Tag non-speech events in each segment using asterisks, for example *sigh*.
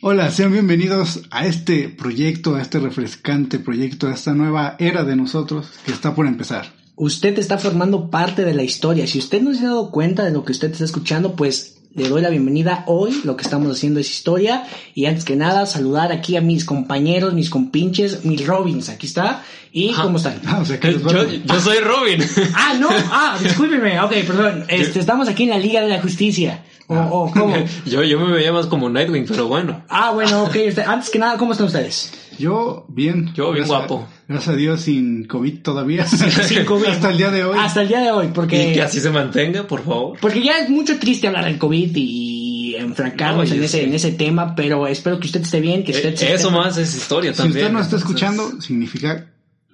Hola, sean bienvenidos a este proyecto, a este refrescante proyecto, a esta nueva era de nosotros que está por empezar. *laughs* Usted está formando parte de la historia. Si usted no se ha dado cuenta de lo que usted está escuchando, pues le doy la bienvenida. Hoy lo que estamos haciendo es historia. Y antes que nada, saludar aquí a mis compañeros, mis compinches, mis Robins. Aquí está. ¿Y Ajá. cómo están? Ah, o sea, que Yo, les va a- yo soy Robin. Ah, no. Ah, discúlpeme. Ok, perdón. Este, estamos aquí en la Liga de la Justicia. O, Ah. o cómo. *laughs* Yo, yo me veía más como Nightwing, pero bueno. Ah, bueno, ok. usted- Antes que nada, ¿cómo están ustedes? Yo, bien. Yo, bien Gracias- guapo. Gracias a Dios, sin COVID *laughs* todavía. Sin COVID. *laughs* Hasta el día de hoy. Ah, Hasta el día de hoy, porque... Y que así se mantenga, por favor. Porque ya es mucho triste hablar del COVID y enfrancarnos No, y en, es ese, que- en ese tema, pero espero que usted esté bien, que usted Eh, se eso esté- más es historia si también. usted no está entonces- escuchando, significa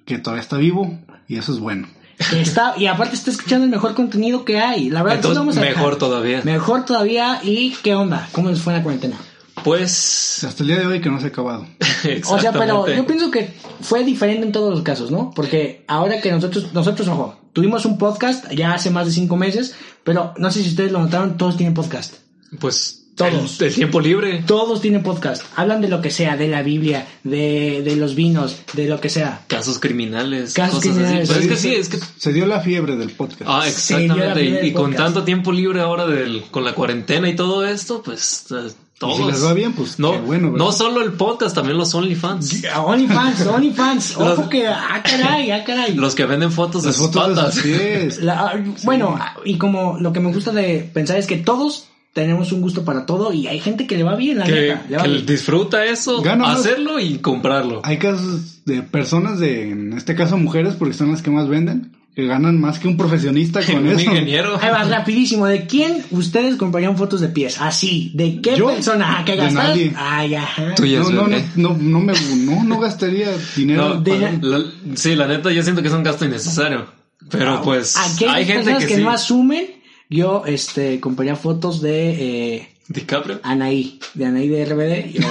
que todavía está vivo y eso es bueno. que está, y aparte está escuchando el mejor contenido que hay. La verdad, sí Entonces, vamos a dejar. mejor todavía. Mejor todavía. ¿Y qué onda? ¿Cómo les fue en la cuarentena? O sea, *laughs* Pues. *laughs* Hasta el día de hoy que no se ha acabado. O sea, pero exactamente. yo pienso que fue diferente en todos los casos, ¿no? Porque ahora que nosotros, nosotros, ojo, tuvimos un podcast ya hace más de cinco meses, pero no sé si ustedes lo notaron, todos tienen podcast. Pues. Todos. El, el tiempo libre. Todos tienen podcast. Hablan de lo que sea, de la Biblia, de, de los vinos, de lo que sea. Casos criminales. Casos cosas criminales. así. Pero es que Se- sí, es que. Se dio la fiebre del podcast. Ah, Se dio la exactamente. vida del Y, y con podcast. tanto tiempo libre ahora del, con la cuarentena y todo esto, pues. eh, Todos. Y si les va bien, pues no, qué bueno. ¿verdad? no solo el podcast, también los OnlyFans. A OnlyFans, OnlyFans. *laughs* Los- Ojo que, ah, caray, ah, caray. Los que venden fotos de Las sus fotos de patas. sus pies. La- ah, Bueno, ah, y como lo que me gusta de pensar es que todos tenemos un gusto para todo y hay gente que le va bien, la que, neta. le va que bien. disfruta eso, Gana más. hacerlo y comprarlo. Hay casos de personas de, en este caso mujeres, porque son las que más venden, que ganan más que un profesionista *laughs* con un eso. ingeniero. Ahí va, rapidísimo. ¿De quién ustedes comprarían fotos de pies? Así. ¿De qué Yo, persona? ¿A qué de gastar? nadie. Ay, ajá. Tú ya No, no, no, sabes. no, no me, no, no gastaría dinero. No, de- la- la- sí, la neta, yo siento que es un gasto innecesario. Pero pues Aquellas hay gente personas que, que, sí. no asumen, yo este, compraría fotos de eh, *laughs* DiCaprio. Anaí. De Anaí de RBD. y *laughs* yo-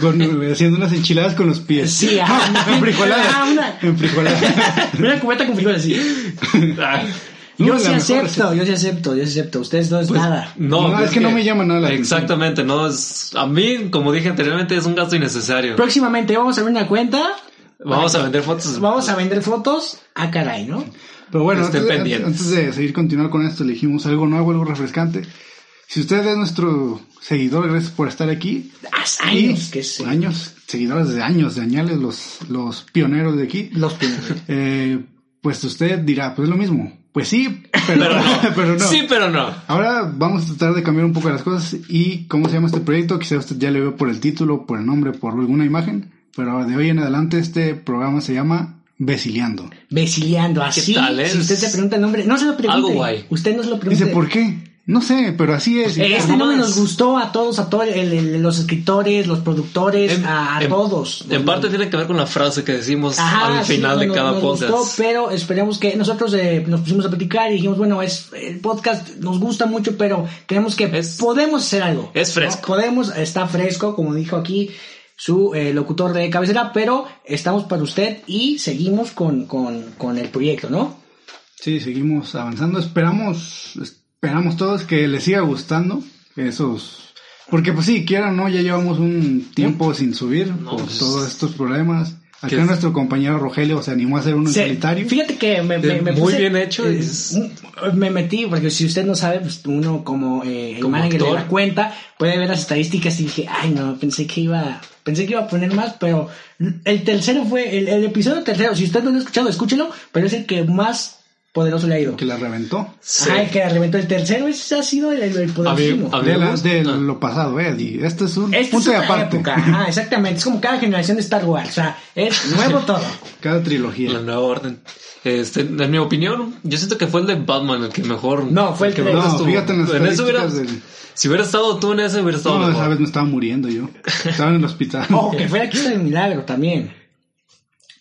con- haciendo unas enchiladas con los pies. Sí, ajá. No, en frijoladas. Ah, una- En frijoladas. Una cubeta con *laughs* frijoles, sí. Ah, No, Yo la sí mejor, acepto, yo sí acepto, yo sí acepto. Ustedes no es pues, nada. No, eh, No, es que no me llama nada la atención. Exactamente, no es. A mí, como dije anteriormente, es un gasto innecesario. Próximamente vamos a abrir una cuenta, Vamos a vender fotos. vamos a vender fotos. Ah, caray, ¿no? Pero bueno, Estén antes, de- pendientes. antes de seguir continuar con esto, elegimos algo nuevo, algo refrescante. Si usted es nuestro seguidor, gracias por estar aquí. Hace años Y- que se... Años, seguidores de años, de añales, los, los pioneros de aquí. Los primeros. Eh, pues usted dirá, pues es lo mismo. Pues sí, pero, Pero *laughs* no. pero no. Sí, pero no. Ahora vamos a tratar de cambiar un poco las cosas y cómo se llama este proyecto. Quizá usted ya le veo por el título, por el nombre, por alguna imagen. Pero de hoy en adelante este programa se llama Vecileando. Vecileando, así. tal, eh? Si usted se pregunta el nombre, no se lo pregunte. Algo guay. Usted no se lo pregunte. Dice, ¿por qué? No sé, pero así es. Eh, Este Algo nombre más. nos gustó a todos, a todos, los escritores, los productores, a, a todos. En parte tiene que ver con la frase que decimos Pues Ajá, al sí, final de nos- cada nos podcast. gustó, pero esperemos que nosotros eh, nos pusimos a platicar y dijimos, bueno, es el podcast nos gusta mucho, pero creemos que Es- podemos hacer algo. es fresco. ¿no? Podemos, está fresco, como dijo aquí su eh, locutor de cabecera, pero estamos para usted y seguimos con, con, con el proyecto, ¿no? Sí, seguimos avanzando. Esperamos, esperamos todos que les siga gustando esos. Porque pues sí, quieran o no, ya llevamos un tiempo sin subir No, por pues- todos estos problemas. Acá Que- nuestro compañero Rogelio se animó a hacer uno en Se- solitario. Fíjate que me, me- Eh, me muy puse- bien hecho, eh, es- un- me metí, porque si usted no sabe, pues uno como eh, el Como manager de actor. la cuenta puede ver las estadísticas y dije, ay no, pensé que iba, pensé que iba a poner más, pero el tercero fue, el, el episodio tercero, si usted no lo ha escuchado, escúchelo, pero es el que más poderoso le ha ido. Que la reventó. Sí. Ajá, el que reventó el tercero, ese ha sido el, el poderosísimo. A mí De, me la- gusta. de lo pasado, eh. y Este es un Esta es punto de otra aparte. época, ajá, exactamente, es como cada generación de Star Wars, o sea, *laughs* es nuevo todo. *laughs* Cada La trilogía. nueva orden. Este, en mi opinión, yo siento que fue el de Batman el que mejor. No, fue el que tres. mejor No, estuvo. fíjate en las eso hubiera- estadísticas del- Si hubiera estado tú en ese, hubiera estado No, mejor. esa vez me estaba muriendo yo. Estaba en el hospital. *laughs* Ojo, que fue la quista del milagro también.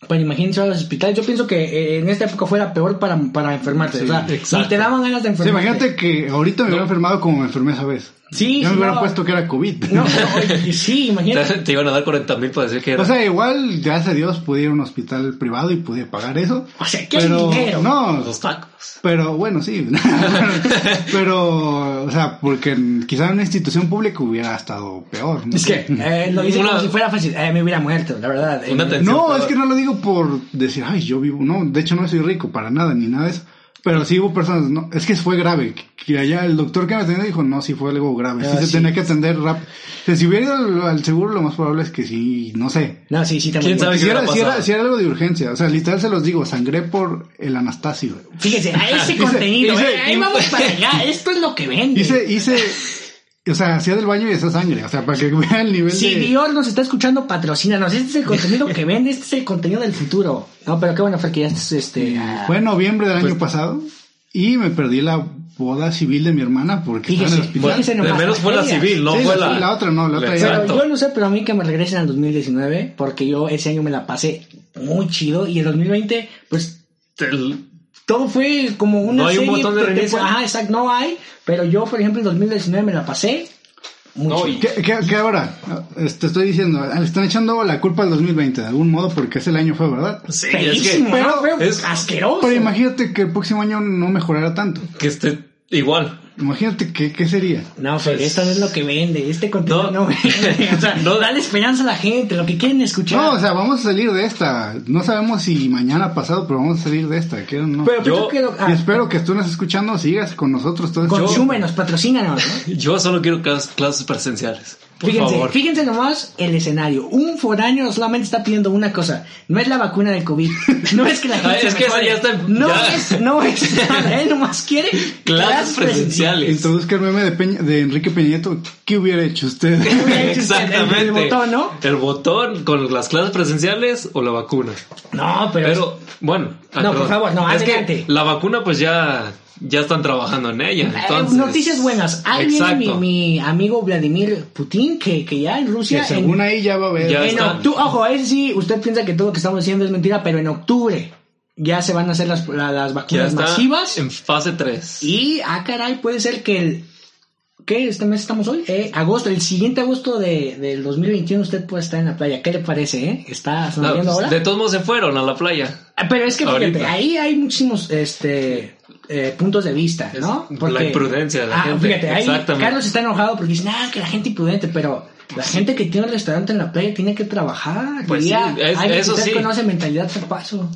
Pero imagínense ahora los hospitales. Yo pienso que eh, en esta época fue la peor para, para enfermarte. Sí, o sea, exacto. ni te daban ganas de Sí, enfermarte. imagínate que ahorita me hubiera enfermado como me enfermé esa vez. Sí, ya me sí, hubieran no. puesto que era COVID. *laughs* No, no, oye, sí, imagínate. *laughs* Te, te iban a dar 40 mil para decir que era. O sea, igual, gracias a Dios, pude ir a un hospital privado y pude pagar eso. O sea, ¿qué pero- dinero? No, los tacos. pendejos. Pero bueno, sí. *laughs* Pero, o sea, porque quizá en una institución pública hubiera estado peor. ¿no? Es que eh, lo dice Una- como si fuera fácil. Eh, me hubiera muerto, la verdad. Eh, Una tensión. No, es que no lo digo por decir, ay, yo vivo. No, de hecho no soy rico para nada, ni nada de eso. Pero sí hubo personas, no, es que fue grave. Que allá el doctor que me atendió dijo, no, sí fue algo grave. Sí Ah, se sí. tenía que atender rápido. si hubiera ido al, al seguro, lo más probable es que sí, no sé. no, sí, sí, ¿Quién también. sabe? Porque si hubiera era, si era- pasado? si era algo de urgencia. O sea, literal se los digo, sangré por el Anastasio. Fíjense, a *laughs* ese Dice- contenido, dice- eh, ahí vamos para allá. Esto es lo que vende. Hice, hice, o sea, hacía del baño y esa sangre. O sea, para que *laughs* vea el Pues nivel Si de... Dior nos está escuchando, patrocínanos. Este es el *laughs* contenido que vende, este es el contenido del futuro. No, pero qué bueno fue que ya estés, este... ah, Fue en noviembre del año pasado y me perdí la boda civil de mi hermana porque estaba en el Fíjese, hospital. fíjese De nomás. menos las fue la ferias. civil, no Sí, fue la- la... la otra no, la otra ya. Pero Exacto. yo no sé, pero a mí que me regresen al 2019, porque yo ese año me la pasé muy chido y el 2020, pues El- todo fue como una No hay un serie botón de que te regreso. fue- Ajá, exacto, no hay, pero yo, por ejemplo, el 2019 me la pasé muy No, chido. y- ¿Qué, qué, qué ahora? Eh, Te estoy diciendo, le están echando la culpa al 2020 de algún modo porque ese el año fue, ¿verdad? Sí, es Feísimo, que, pero ¿no? Fue es- asqueroso. Pero imagínate que el próximo año no mejorara tanto. que esté igual. Imagínate que, qué sería. No, Fer, esto no es lo que vende, este contenido no, No. *laughs* vende. O sea, No. dale esperanza a la gente, lo que quieren escuchar. No, o sea, vamos a salir de esta. No sabemos si mañana pasado, pero vamos a salir de esta. que no. pero yo yo- que lo- ah, y espero que tú nos escuchando, sigas con nosotros todo este consúmenos, patrocínanos, ¿no? Yo solo quiero clas- clases presenciales. *laughs* Por Fíjense, favor. fíjense nomás el escenario. Un foráneo solamente está pidiendo una cosa. No es la vacuna del COVID. No es que *laughs* la gente Ay, Ah, es se que esa mejore. ya está en- No ya. es, no es *laughs* nada. Él nomás quiere Clases presenciales. Introduzca el meme de, Peña- de Enrique Peña Nieto. ¿Qué hubiera hecho usted? Exactamente. El botón, ¿no? El botón con las clases presenciales o la vacuna. No, pero... Pero, bueno. ah, No, por favor, no, Es adelante. que la vacuna, pues ya, ya están trabajando en ella. Eh, entonces- Noticias buenas. Ahí viene mi, Exacto. mi amigo Vladimir Putin, que, que *laughs* ya en Rusia... Que en- según ahí ya va a haber. Ya En está. octu- ojo, ese sí, usted piensa que todo lo que estamos diciendo es mentira, pero en octubre ya se van a hacer las, la- las que ya vacunas está masivas. en fase 3. Y, ah, caray, puede ser que el... ¿Qué? ¿Este mes estamos hoy? Eh, agosto, el siguiente agosto de, del 2021 usted puede estar en la playa. ¿Qué le parece, eh? ¿Está No, sonriendo pues, ahora? de todos modos se fueron a la *laughs* playa. Ah, Pero es que fíjate, Ahorita. ahí hay muchísimos este eh, puntos de vista, ¿no? Es la imprudencia de la Ah, gente, Fíjate, ahí exactamente. Carlos está enojado porque dice, ah, que la gente imprudente, pero la gente que tiene un restaurante en la playa tiene que trabajar. Pues diría, sí, es- alguien que eso usted sí. conoce mentalidad *laughs* paso.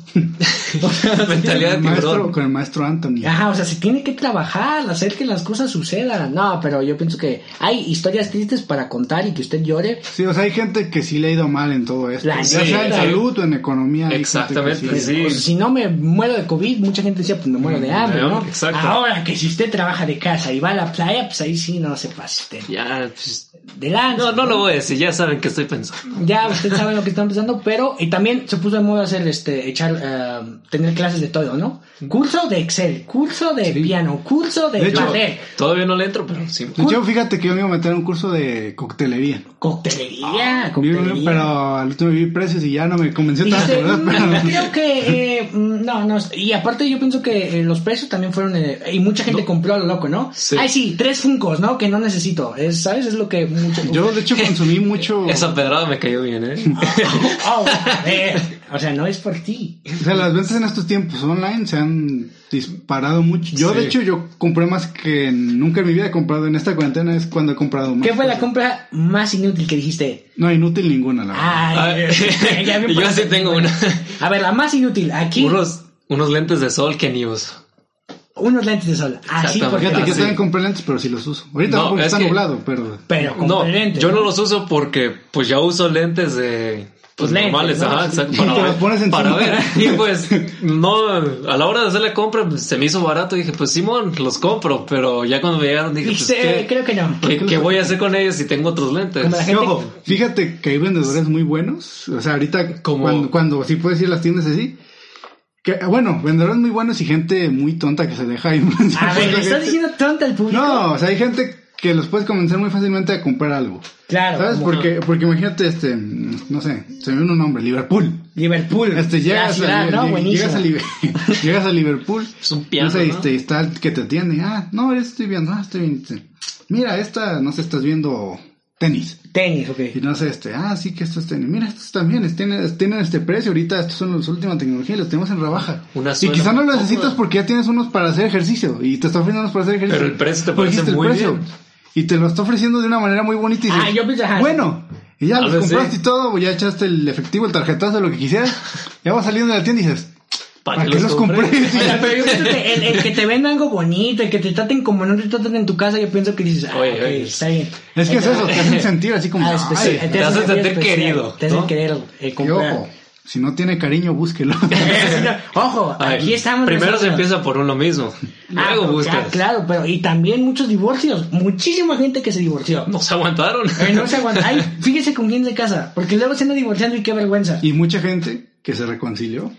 Mentalidad con, de el maestro, tiburón. con el maestro Anthony. Ajá, o sea, se tiene que trabajar, hacer que las cosas sucedan. No, pero yo pienso que hay historias tristes para contar y que usted llore. Sí, o sea, hay gente que sí le ha ido mal en todo esto. La ya sea en neta. salud o en economía. hay gente que Exactamente, sí. Pues sí. O sea, Pues, si no me muero de COVID, mucha gente decía, pues me muero de de hambre, ¿no? hambre, exacto. Ahora que si usted trabaja de casa y va a la playa, pues ahí sí no se pase usted. Ya, pues, De lanza, no, no lo voy a decir, ya saben que estoy pensando. Ya usted sabe lo que está empezando, pero y también se puso de moda hacer este echar eh, tener clases de todo, ¿no? Mm. Curso de Excel, curso de piano, curso de, De hecho, ballet, Todavía no le entro, pero sí. De hecho, fíjate que yo me iba a meter a un curso de coctelería. coctelería, Yo- coctelería. Pero al último vi precios y ya no me convenció tanto, *laughs* Dijiste, ¿verdad? "Mm, Pero- creo que eh, mm, no, no, y aparte yo pienso que eh, los precios también fueron eh, y mucha gente compró a lo loco, ¿no? Sí. Ay, sí, tres funcos, ¿no? Que no necesito, es, ¿sabes? Es lo que mucho Yo, de hecho, consumí *laughs* mucho. Esa pedrada me cayó bien, ¿eh? Oh, a ver, o sea, no es por ti. O sea, las ventas en estos tiempos online se han disparado mucho. Yo, Sí. de hecho, yo compré más que nunca en mi vida he comprado. En esta cuarentena es cuando he comprado más. ¿Qué fue la cosas. compra más inútil que dijiste? No, inútil ninguna, la verdad. *laughs* Ay, eh, Ah, *laughs* ya me yo parece. sí tengo una. A ver, la más inútil, aquí *laughs* Unos, unos lentes de sol que ni uso. unos lentes de sol. Así Exactamente. porque. Fíjate que yo sí. también compré lentes, pero sí los uso. Ahorita No, no, porque es está que- nublado, pero. Pero con No, lentes, yo no los uso porque pues ya uso lentes de Pues pues, lentes, normales, ¿no? ajá, Sí. exacto, Y para, te ver, los pones encima. *laughs* para ver. Y pues no, a la hora de hacer la compra pues, se me hizo barato y dije, pues Simón, los compro, pero ya cuando me llegaron dije, pues, Dijiste, ¿qué, creo que no. qué- *laughs* qué voy a hacer con ellos si tengo otros lentes? Como la Sí, gente- ojo, fíjate que hay vendedores muy buenos. O sea, ahorita, Como- cuando, cuando sí puedes ir a las tiendas así. Que, bueno, vendedores muy buenos y gente muy tonta que se deja influenciar. A ver, por la ¿le *laughs* estás gente. diciendo tonta al público? No, o sea, hay gente que los puedes convencer muy fácilmente a comprar algo. Claro. ¿Sabes? como Porque, porque imagínate, este, no sé, se me viene un nombre, Liverpool. Liverpool. Este, la llegas, ciudad, a, ¿no? lleg- llegas, Buenísimo. a Liber- *laughs* llegas a Liverpool, Es un piano, no sé, ¿no? este, está el que te atiende, ah, no, estoy viendo, ah, estoy viendo, mira, esta, no sé, estás viendo tenis. Tenis, ok. Y no sé, este, ah, sí que estos tenis. Mira, estos también es- tienen, tienen este precio. Ahorita estos son los última tecnología y los tenemos en rebaja. Una y suela quizá no muy los necesitas cómoda. porque ya tienes unos para hacer ejercicio y te está ofreciendo unos para hacer ejercicio. Pero el precio te Pero parece dijiste el muy precio, bien. Y te lo está ofreciendo de una manera muy bonita y dices, Ah, yo pensé, ajá. bueno, y ya Tal los vez compraste sí. y todo, ya echaste el efectivo, el tarjetazo, lo que *laughs* quisieras. ya vas saliendo de la tienda y dices, ¿para qué los compré? *laughs* Sí. O sea, pero yo pienso que el, el que te venda algo bonito, el que te traten como no te tratan en tu casa, yo pienso que dices, ah, Oye, ok, oye. está bien. Es que es eso, te hacen sentir así como, *laughs* Ah, especial. ay, te hacen sentir especial, querido, Te hacen ¿no? querer el y comprar. *laughs* ojo, si no tiene cariño, búsquelo. *laughs* Ojo, Ay, aquí estamos. Primero se nosotros. empieza por uno mismo. Ah, Luego pero buscas. ya, Claro, pero y también muchos divorcios. Muchísima gente que se divorció. No se aguantaron. Eh, no se aguanta. Ay, fíjese con quién se casa. Porque luego se anda divorciando y qué vergüenza. y mucha gente que se reconcilió.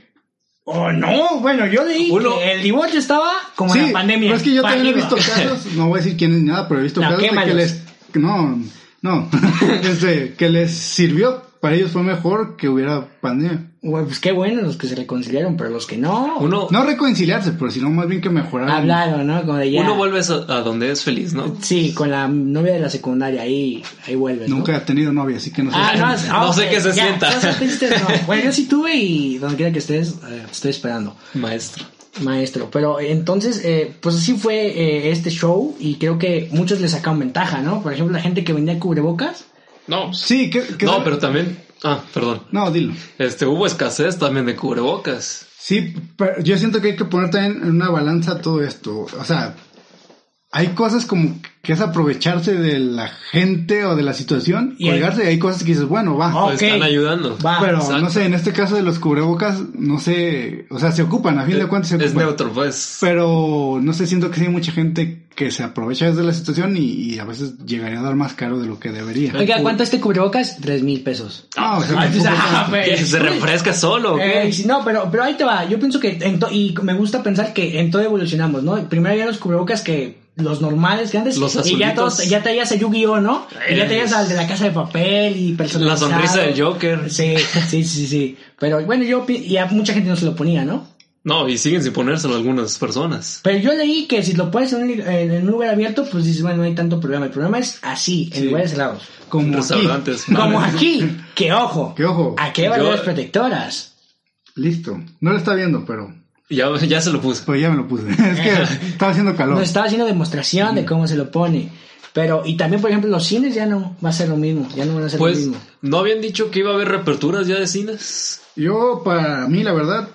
Oh, no. Bueno, yo leí Uno- que el divorcio estaba como en la pandemia. pero es que yo Pa' también he arriba. visto casos, no voy a decir quién ni nada, pero he visto No, casos de que quémalos. les, que no, no, *laughs* Este, que les sirvió, para ellos fue mejor que hubiera pandemia. *laughs* Güey, pues qué bueno los que se reconciliaron, pero los que no. *laughs* Uno, No reconciliarse, pero sino más bien que mejoraran. hablaron, ¿no? Como de ya. uno vuelve a, a donde es feliz, ¿no? Sí, con la novia de la secundaria. Ahí, ahí vuelves. ¿no? Nunca he tenido novia, así que no sé. Ah, no, es- ah, No sé ok, qué se ya, sienta. ya supiste, no. Bueno, yo sí tuve y donde quiera que estés, eh, te estoy esperando, Maestro. maestro. Pero entonces, eh, pues así fue eh, este show y creo que muchos le sacaron ventaja, ¿no? Por ejemplo, la gente que vendía cubrebocas. No, Sí, que, que- no, pero también. Ah, perdón. No, dilo. Este, hubo escasez también de cubrebocas. Sí, pero yo siento que hay que poner también en una balanza todo esto. O sea, hay cosas como que es aprovecharse de la gente o de la situación, Y hay- colgarse, y hay cosas que dices, bueno, va. Ah, Pues ok. Están ayudando. Va. pero exacto. no sé, en este caso de los cubrebocas, no sé, o sea, se ocupan, a fin de cuentas se es ocupan. neutro, pues. Pero no sé, siento que sí hay mucha gente que se aprovecha de la situación y, y a veces llegaría a dar más caro de lo que debería. Oiga, ¿cuánto este cubrebocas? Tres mil pesos. No, o sea, *laughs* Ah, tampoco ah, *laughs* tanto. güey. ¿Qué? se refresca solo. o qué? Eh, y si no, pero, pero ahí te va. Yo pienso que, en to- y me gusta pensar que en todo evolucionamos, ¿no? Primero había los cubrebocas que los normales que antes. Los y ya, azulitos. todos, ya traías a Yu-Gi-Oh, ¿no? Y ya Eh. traías al de la casa de papel y La personalizado. sonrisa del Joker. Sí, sí, sí, sí. Pero bueno, yo, pi- y a mucha gente no se lo ponía, ¿no? No, y siguen sin ponérselo algunas personas. Pero yo leí que si lo pones en un, en- en un lugar abierto, pues dices, bueno, no hay tanto problema. El problema es así, en Sí. lugares cerrados. Como aquí. Restaurantes. Como bares. aquí, que ojo. Que ojo. Aquí hay barreras Yo- protectoras. Listo. No lo está viendo, pero, Ya, ya se lo puse. pero ya me lo puse. *laughs* es que estaba haciendo calor. Nos estaba haciendo demostración de cómo se lo pone. Pero, y también, por ejemplo, los cines ya no va a ser lo mismo. Ya no van a ser lo Pues, mismo. ¿no habían dicho que iba a haber reaperturas ya de cines? Yo, para mí, la verdad,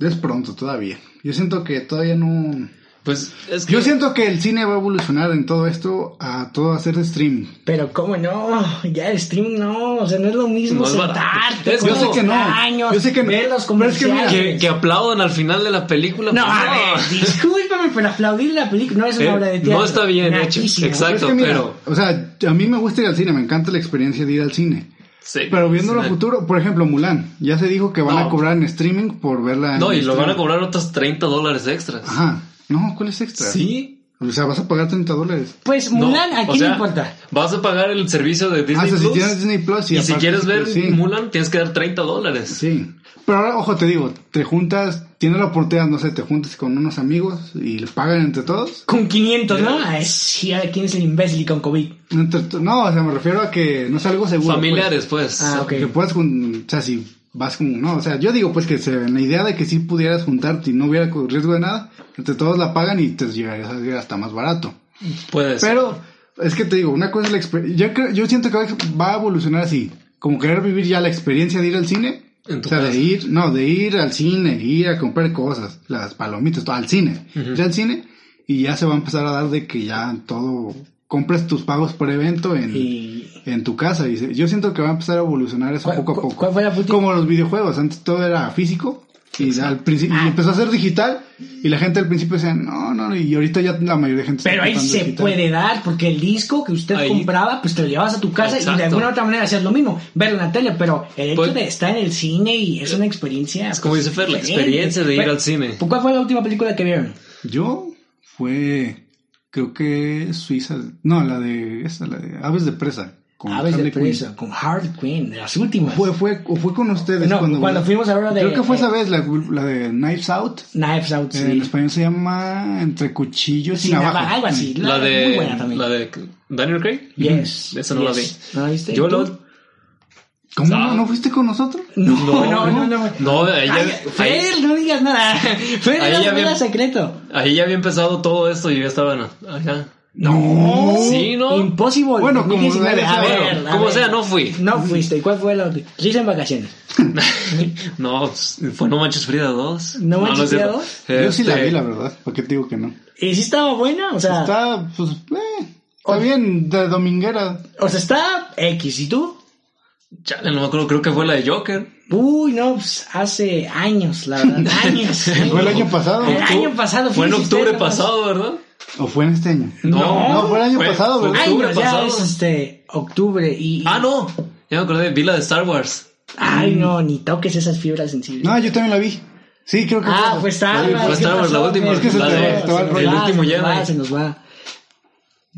es pronto todavía. Yo siento que todavía no... Pues es que Yo siento que el cine va a evolucionar en todo esto a todo hacer streaming. Pero, ¿cómo no? Ya el streaming no. O sea, no es lo mismo No es barato. sentarte. Es- con yo sé los que no. Años, Yo sé que no. ver los Pero es que mira, comerciales. que, que aplaudan al final de la película. No, pues, a ver, discúlpame, pero aplaudir la película no es una Eh, obra de no teatro. está bien hecho, Naquísimo. Pero es exacto. que mira, pero- O sea, a mí me gusta ir al cine, me encanta la experiencia de ir al cine. Sí, Pero viéndolo sí. a futuro, por ejemplo, Mulan, ya se dijo que van No. a cobrar en streaming por verla en No, y lo van a streaming. cobrar otros 30 dólares extras. Ajá. No, ¿cuál es extra? Sí. O sea, vas a pagar 30 dólares. Pues No, Mulan, ¿a o quién le sea, importa? Vas a pagar el servicio de Ah, o Disney sea, si Plus. tienes Disney Plus y, y si aparte- quieres ver sí, Mulan, tienes que dar 30 dólares. Sí. Pero ahora, ojo, te digo, te juntas, tienes la oportunidad, no sé, te juntas con unos amigos y le pagan entre todos. Con 500, ¿no? eh, Ay, sí, ahora quién es el imbécil y con COVID. Entre to- no, o sea, me refiero a que no es algo seguro. pues. Familiares, pues. Ah, ok. Que puedas jun- o sea, si vas con, no, o sea, yo digo pues que se, la idea de que si pudieras juntarte y no hubiera co- riesgo de nada, entre todos la pagan y te llegarías a salir hasta más barato. Puedes. Pero, es que te digo, una cosa es la experiencia, yo, creo- yo siento que va a ex- va a evolucionar así, como querer vivir ya la experiencia de ir al cine, En tu o sea, de casa. ir, no, de ir al cine, ir a comprar cosas, las palomitas, todo, al cine, ir al cine y ya se va a empezar a dar de que ya todo, compras tus pagos por evento mm. en Y en tu casa. Y se- yo siento que va a empezar a evolucionar eso ¿Cuál- poco a cu- poco. cuál fue la última? Como los videojuegos, antes todo era físico. Y al principio Ah. y empezó a ser digital y la gente al principio decía, no, no, no", y ahorita ya la mayoría de gente está Pero ahí comprando se digital. puede dar, porque el disco que usted Ahí. compraba, pues te lo llevabas a tu casa y de Exacto. alguna u otra manera hacías lo mismo, verlo en la tele, pero el hecho Pues- de estar en el cine y es una experiencia. pues, Es como dice Fer, la experiencia de ir al cine. ¿Cuál fue la última película que vieron? Yo fue, creo que Suiza, no, la de, esa, la de Aves de Presa. con Aves de Harley Quinn. Pues, presa, con Hard Queen, de las últimas. Fue, fue, o fue con ustedes No, cuando, cuando, fuimos a ver la de Creo que fue eh, esa vez, la, la de Knives Out. Eh, Knives Out, En sí. español se llama Entre cuchillos y Sin navajas. navaja, algo así. La Muy de, buena también. la de Daniel Craig. Yes. *laughs* Esa no la yes. ¿No la viste? Yo ¿Tú? lo. ¿Cómo Ah. no, no fuiste con nosotros? No, *laughs* no, no, no. No, ahí ya, Ay, ahí- Fer, no digas *laughs* nada. Fer, Ahí no ya digas había- secreto. ahí ya había empezado todo esto y yo estaba en- allá. No. Sí, ¿no? Impossible. Bueno, como 2019. sea, a ver, bueno, a como ver. sea, no fui. No fuiste. ¿Y cuál fue la otra? Sí, hice en vacaciones. No, fue No Manches Frida 2. ¿No Manches es cierto. Frida Yo sí la Este, vi, la verdad. ¿Por qué te digo que no? ¿Y si estaba buena? O sea, Está, pues, eh, está bien, de dominguera. o sea, está X. ¿Y tú? Chale, no me acuerdo, creo que fue la de Joker. Uy, no, pues, hace años, la verdad. *laughs* Años. Fue el año pasado. Ah, El año pasado Fue en fuiste usted, octubre nomás. pasado, ¿verdad? ¿O fue en este año? No. No, fue el año Fue- pasado, fue ¿verdad? octubre Años, ya pasado. es este octubre y. Ah, no. Mm. Ya me acordé, vi la de Star Wars. Ay, no, ni toques esas fibras sensibles. No, yo también la vi. Sí, creo que Ah, esa. pues Star La vi, Wars. Pues ¿qué Star Wars, pasó? la última, Es que se la te va- de- se te va el se nos rollo. va, El último se nos Jedi. va, Se nos va.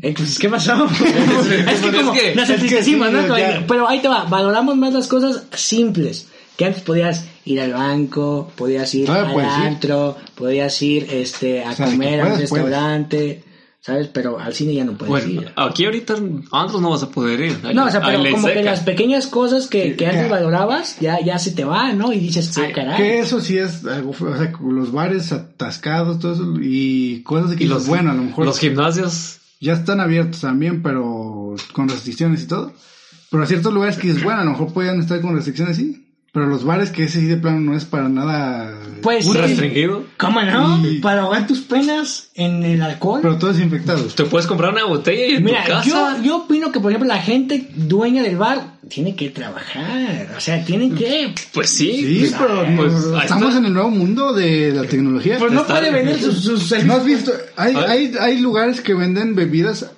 Eh, pues, ¿qué pasó? es que pues, como es que- las es que anticipamos, sí, ¿no? Como- ya. Pero ahí te va, valoramos más las cosas simples. Que antes podías ir al banco, podías ir Todavía al puedes ir. antro, podías ir este, a O sea, de que comer a un puedes, puedes. restaurante, ¿sabes? Pero al cine Pues ya no puedes Bueno, ir. aquí ahorita antes no vas a poder ir. Ahí- No, o sea, ahí pero le como que seca. las pequeñas cosas que, que antes ya. valorabas, ya, ya se te van, ¿no? Y dices, ah, caray. Que eso sí es algo, feo, o sea, los bares atascados, todo eso, y cosas de que Y dices, los, bueno, a lo mejor los gimnasios. ya están abiertos también, pero con restricciones y todo. Pero a ciertos lugares que dices, bueno, a lo mejor podían estar con restricciones, sí. Pero los bares que ese sí de plano no es para nada Pues útil, sí. Restringido. ¿Cómo no? Y- Para ahogar tus penas en el alcohol. pero todo desinfectado. pues, Te puedes comprar una botella y en tu Mira, casa. yo, yo opino que, por ejemplo, la gente dueña del bar tiene que trabajar. O sea, tienen que. Pues sí. Sí, pues, pero pues, nos- ahí estamos está. en el nuevo mundo de la tecnología. Pues no Está puede bien. vender sus, sus ¿No servicios. has visto? Hay, A ver. hay, hay lugares que venden bebidas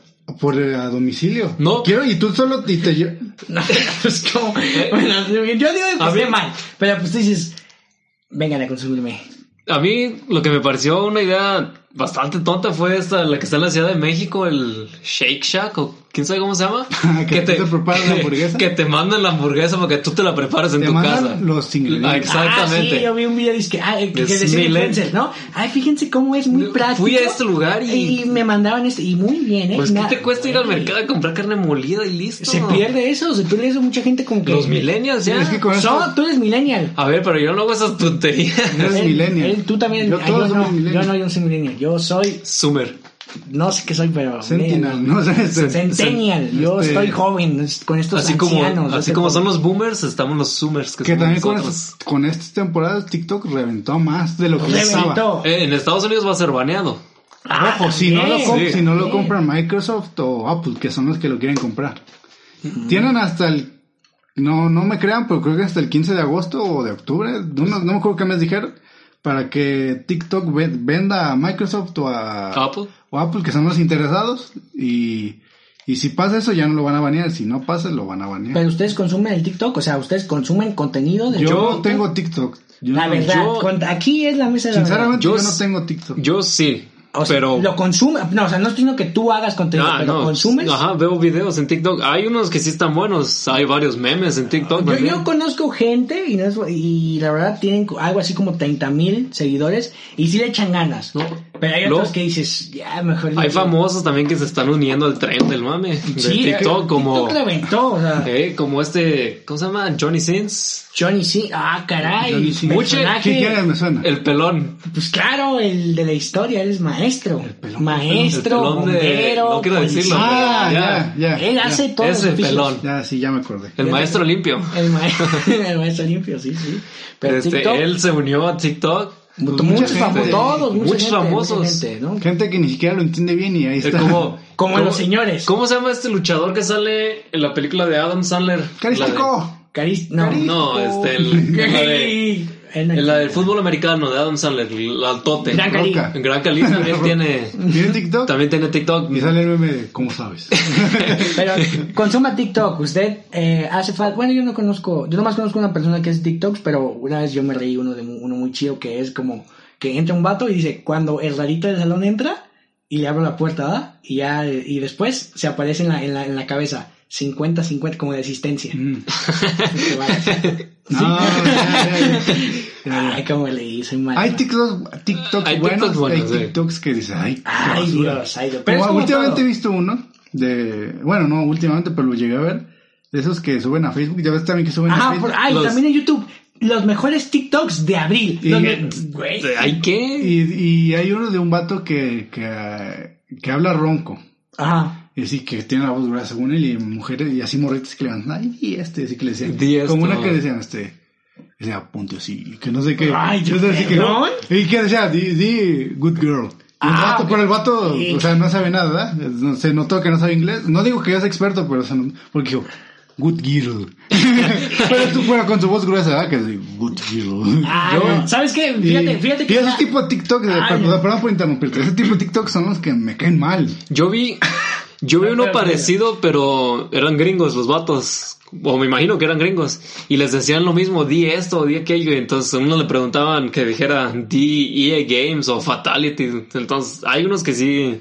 por eh, a domicilio. No. Quiero, y tú solo y te lle- No, *laughs* pues como. *laughs* Bueno, yo digo que A esté ver. mal. Pero pues tú dices, vengan a consumirme. A mí lo que me pareció una idea bastante tonta fue esta, la que está en la Ciudad de México, el Shake Shack o quién sabe cómo se llama. *laughs* Que tú te preparas la hamburguesa. Que te mandan la hamburguesa porque tú te la preparas en Te tu mandan casa. los ingredientes. Ah, Ah, sí, exactamente. yo vi un video dizque, ah, eh, que, Es decía mi lente. influencer, ¿no? Ay, fíjense cómo es muy Fui práctico. a este lugar y- Y me mandaban esto. Y muy bien, ¿eh? pues ¿qué Nada, te cuesta ir al güey. mercado a comprar carne molida y listo? Se pierde eso, se pierde eso. Mucha gente como que. Los millennials ya. Es que con So, esto- tú eres millennial. A ver, pero yo no hago esas tonterías. *laughs* Eres Él- millennial. él- tú también. Yo ah, todos somos no, millennial. Yo no, yo no soy millennial. Yo soy, Sumer. no sé qué soy, pero. Sentinel, millennial. ¿no? *laughs* O sea, este- Centennial. Yo este- estoy joven es- con estos Así como, ancianos. así este- como son los boomers, estamos los Zoomers. Que, Que somos también con, nosotros. estas- con estas temporadas TikTok reventó más de lo que Reventó. estaba. Eh, en Estados Unidos va a ser baneado. Ah, Ojo, si no, lo también. comp- Sí. si no lo compran Microsoft o Apple, que son los que lo quieren comprar. Mm-hmm. Tienen hasta el... No, no me crean, pero creo que hasta el 15 de agosto o de octubre, no, no me acuerdo qué mes dijeron, para que TikTok ve- venda a Microsoft o a, Ah. Apple. o Apple, que son los interesados, y, y si pasa eso ya no lo van a banear, si no pasa lo van a banear. Pero ustedes consumen el TikTok, o sea, ustedes consumen contenido de. yo, yo- no tengo TikTok. Yo La no- verdad, yo- con- aquí es la mesa de la verdad. Sinceramente, Yo yo, s- no tengo TikTok. Yo sí, O sea, pero... Lo consume, no, o sea, no estoy diciendo que tú hagas contenido, Ah, pero no. consumes. Ajá, veo videos en TikTok. Hay unos que sí están buenos. Hay varios memes en TikTok. Yo, también. yo conozco gente y, no es- y la verdad tienen co- algo así como 30 mil seguidores y sí le echan ganas. No. Pero hay No. otros que dices, ya mejor. Hay le- famosos también que se están uniendo al tren del mame. Sí, de TikTok, eh, como... TikTok reventó, o sea. eh, como este... ¿Cómo se llama? Johnny Sins. Johnny C. Ah, caray. Johnny Sins. personaje- ¿Qué quieres? Me suena. El pelón. Pues claro, el de la historia, él es maestro. pelón. maestro, El pelón de- bombero, no quiero decirlo, Ah, policía. ya, Ya, ya. Él ya. hace todo. Ese pelón. Ya, sí, ya me acordé. El maestro limpio. El maestro, *laughs* el maestro limpio, sí, sí. Pero Este, TikTok, él se unió a TikTok. muchos mucha famosos, gente. todos, mucha Muchos gente, mucha famosos. gente, ¿no? Gente que ni siquiera lo entiende bien y ahí Eh, está. *laughs* como, *laughs* Como los señores. ¿Cómo se llama este luchador que sale en la película de Adam Sandler? ¡Carístico! Caris, no. La de- no, este, *laughs* el, *laughs* la, de- Él no el- la del entiende. fútbol americano de Adam Sandler, el altote. Gran Cali. Roca. En Gran *laughs* Cali también tiene, ¿Tiene TikTok? también tiene TikTok. Y sale el meme de, ¿cómo *laughs* sabes? Pero consuma TikTok. Usted eh, hace falta. Bueno, yo no conozco. Yo nomás conozco una persona que hace TikToks, pero una vez yo me reí uno de mu- uno muy chido que es como que entra un vato y dice: Cuando el rarito del salón entra y le abro la puerta, ¿verdad? Y ya, eh, y después se aparece en la, en la, en la cabeza. 50-50 como *laughs* de asistencia. Mm. Qué barato. No, pues, ya, ya, ya. *laughs* Ya, ya. Ay, cómo le hice mal. Hay TikToks, TikToks Hay buenos, TikToks buenos, hay sí. TikToks que dices, ay, qué Ay, basura. Dios, ay, Dios. Pero Pero es como últimamente he todo. visto uno de, bueno, no últimamente, pero lo llegué a ver, de esos que suben a Facebook, ya ves también que suben a Ah, Facebook. por- ay, Los- también en YouTube. Los mejores TikToks de abril. Y- Los me- güey. ¿Hay qué? Y, y hay uno de un vato que, que, que habla ronco. Ajá. Y así que tiene la voz gruesa según él, y mujeres, y así morritas que le van, ay, y este, así que le decían, Di esto. como una que decían, este, que decía, ponte así, que no sé qué. Ay, Y otra así que no. perdón. Y que decía, di, di, good girl. Y el Ah, vato, ok. pero el vato, Sí. o sea, no sabe nada, ¿verdad? No- Se notó que no sabe inglés. No digo que es experto, pero se no- porque dijo, good girl. *laughs* pero tú fuera con su voz gruesa, ¿verdad? Que así, good girl. Ah, Yo- no. ¿Sabes qué? y- Fíjate, fíjate que. Y ese la- Ah, tipo de TikTok, de- Ay, perdón, perdón por interrumpirte, ese tipo de TikTok son los que me caen mal. Yo vi, *laughs* yo vi uno Espera, espera. parecido, pero eran gringos los vatos. O me imagino que eran gringos. Y les decían lo mismo, di esto, di aquello. Y entonces a uno le preguntaban que dijera di EA Games o Fatality. Entonces hay unos que sí,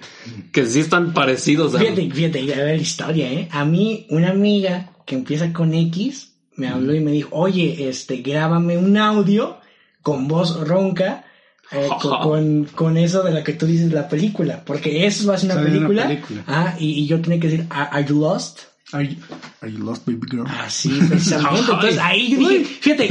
que sí están parecidos. a- Fíjate, fíjate, a ver la historia, ¿eh? A mí, una amiga que empieza con X me habló y me dijo, oye, este, grábame un audio con voz ronca. eh, con, con- con eso de lo que tú dices la película, porque eso es una Sale una película, película. Ah, y, y yo tenía que decir, ¿Are, are you lost? Are you, are you lost, baby girl? Así, Ah, precisamente. Entonces ahí yo dije, fíjate,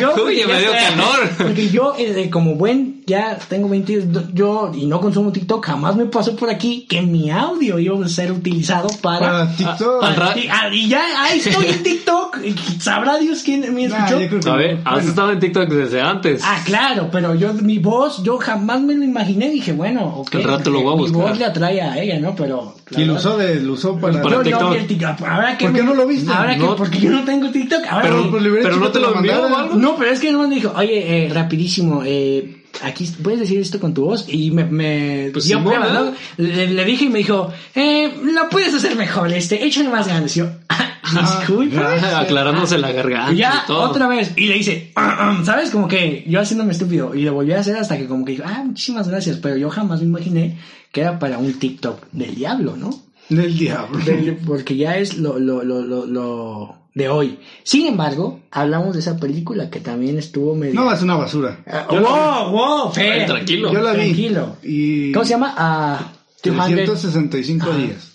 yo. yo *laughs* Uy, ya me dio calor. Porque yo, eh, de como buen, ya tengo 20, yo, y no consumo TikTok, jamás me pasó por aquí que mi audio iba a ser utilizado para. Para TikTok. Ah, ah, Y, ah, y ya, ahí estoy en TikTok. y Sabrá Dios quién me Nah, escuchó. yo creo que A ver, no. has Bueno, estado en TikTok desde antes. Ah, claro, pero yo, mi voz, yo jamás me lo imaginé. Dije, bueno, ok. Al rato lo voy a Mi buscar. voz le atrae a ella, ¿no? Pero. la Y lo verdad- usó, de, lo usó para... Para Yo Yo- no vi TikTok. el TikTok. Ahora que ¿Por qué me- no lo viste? Ahora que, No. porque yo no tengo TikTok. Ahora pero, me- pues, le hubiera pero dicho no que te te lo lo envió o mandaran. algo. No, pero es que el me dijo, oye, eh, rapidísimo, eh, aquí puedes decir esto con tu voz. Y me, me Pues dio sí, prueba, ¿no? ¿no? Le, le dije y me dijo, eh, la puedes hacer mejor, este, échale más ganas. Y yo, ah, disculpa. *laughs* pues, Ah, Aclarándose la garganta. Y ya y todo. otra vez, y le hice, "Ah, ah", ¿sabes? Como que yo haciéndome estúpido, y lo volví a hacer hasta que como que dijo, ah, muchísimas gracias, pero yo jamás me imaginé que era para un TikTok del diablo, ¿no? Del diablo. Del- porque ya es lo, lo, lo, lo, lo de hoy. Sin embargo, hablamos de esa película que también estuvo medio... No, es una basura. Ah, wow, wow, Fer. Ay, tranquilo. Yo la vi. Tranquilo. Y ¿Cómo se llama? Ah, 200. 365 Ajá. días.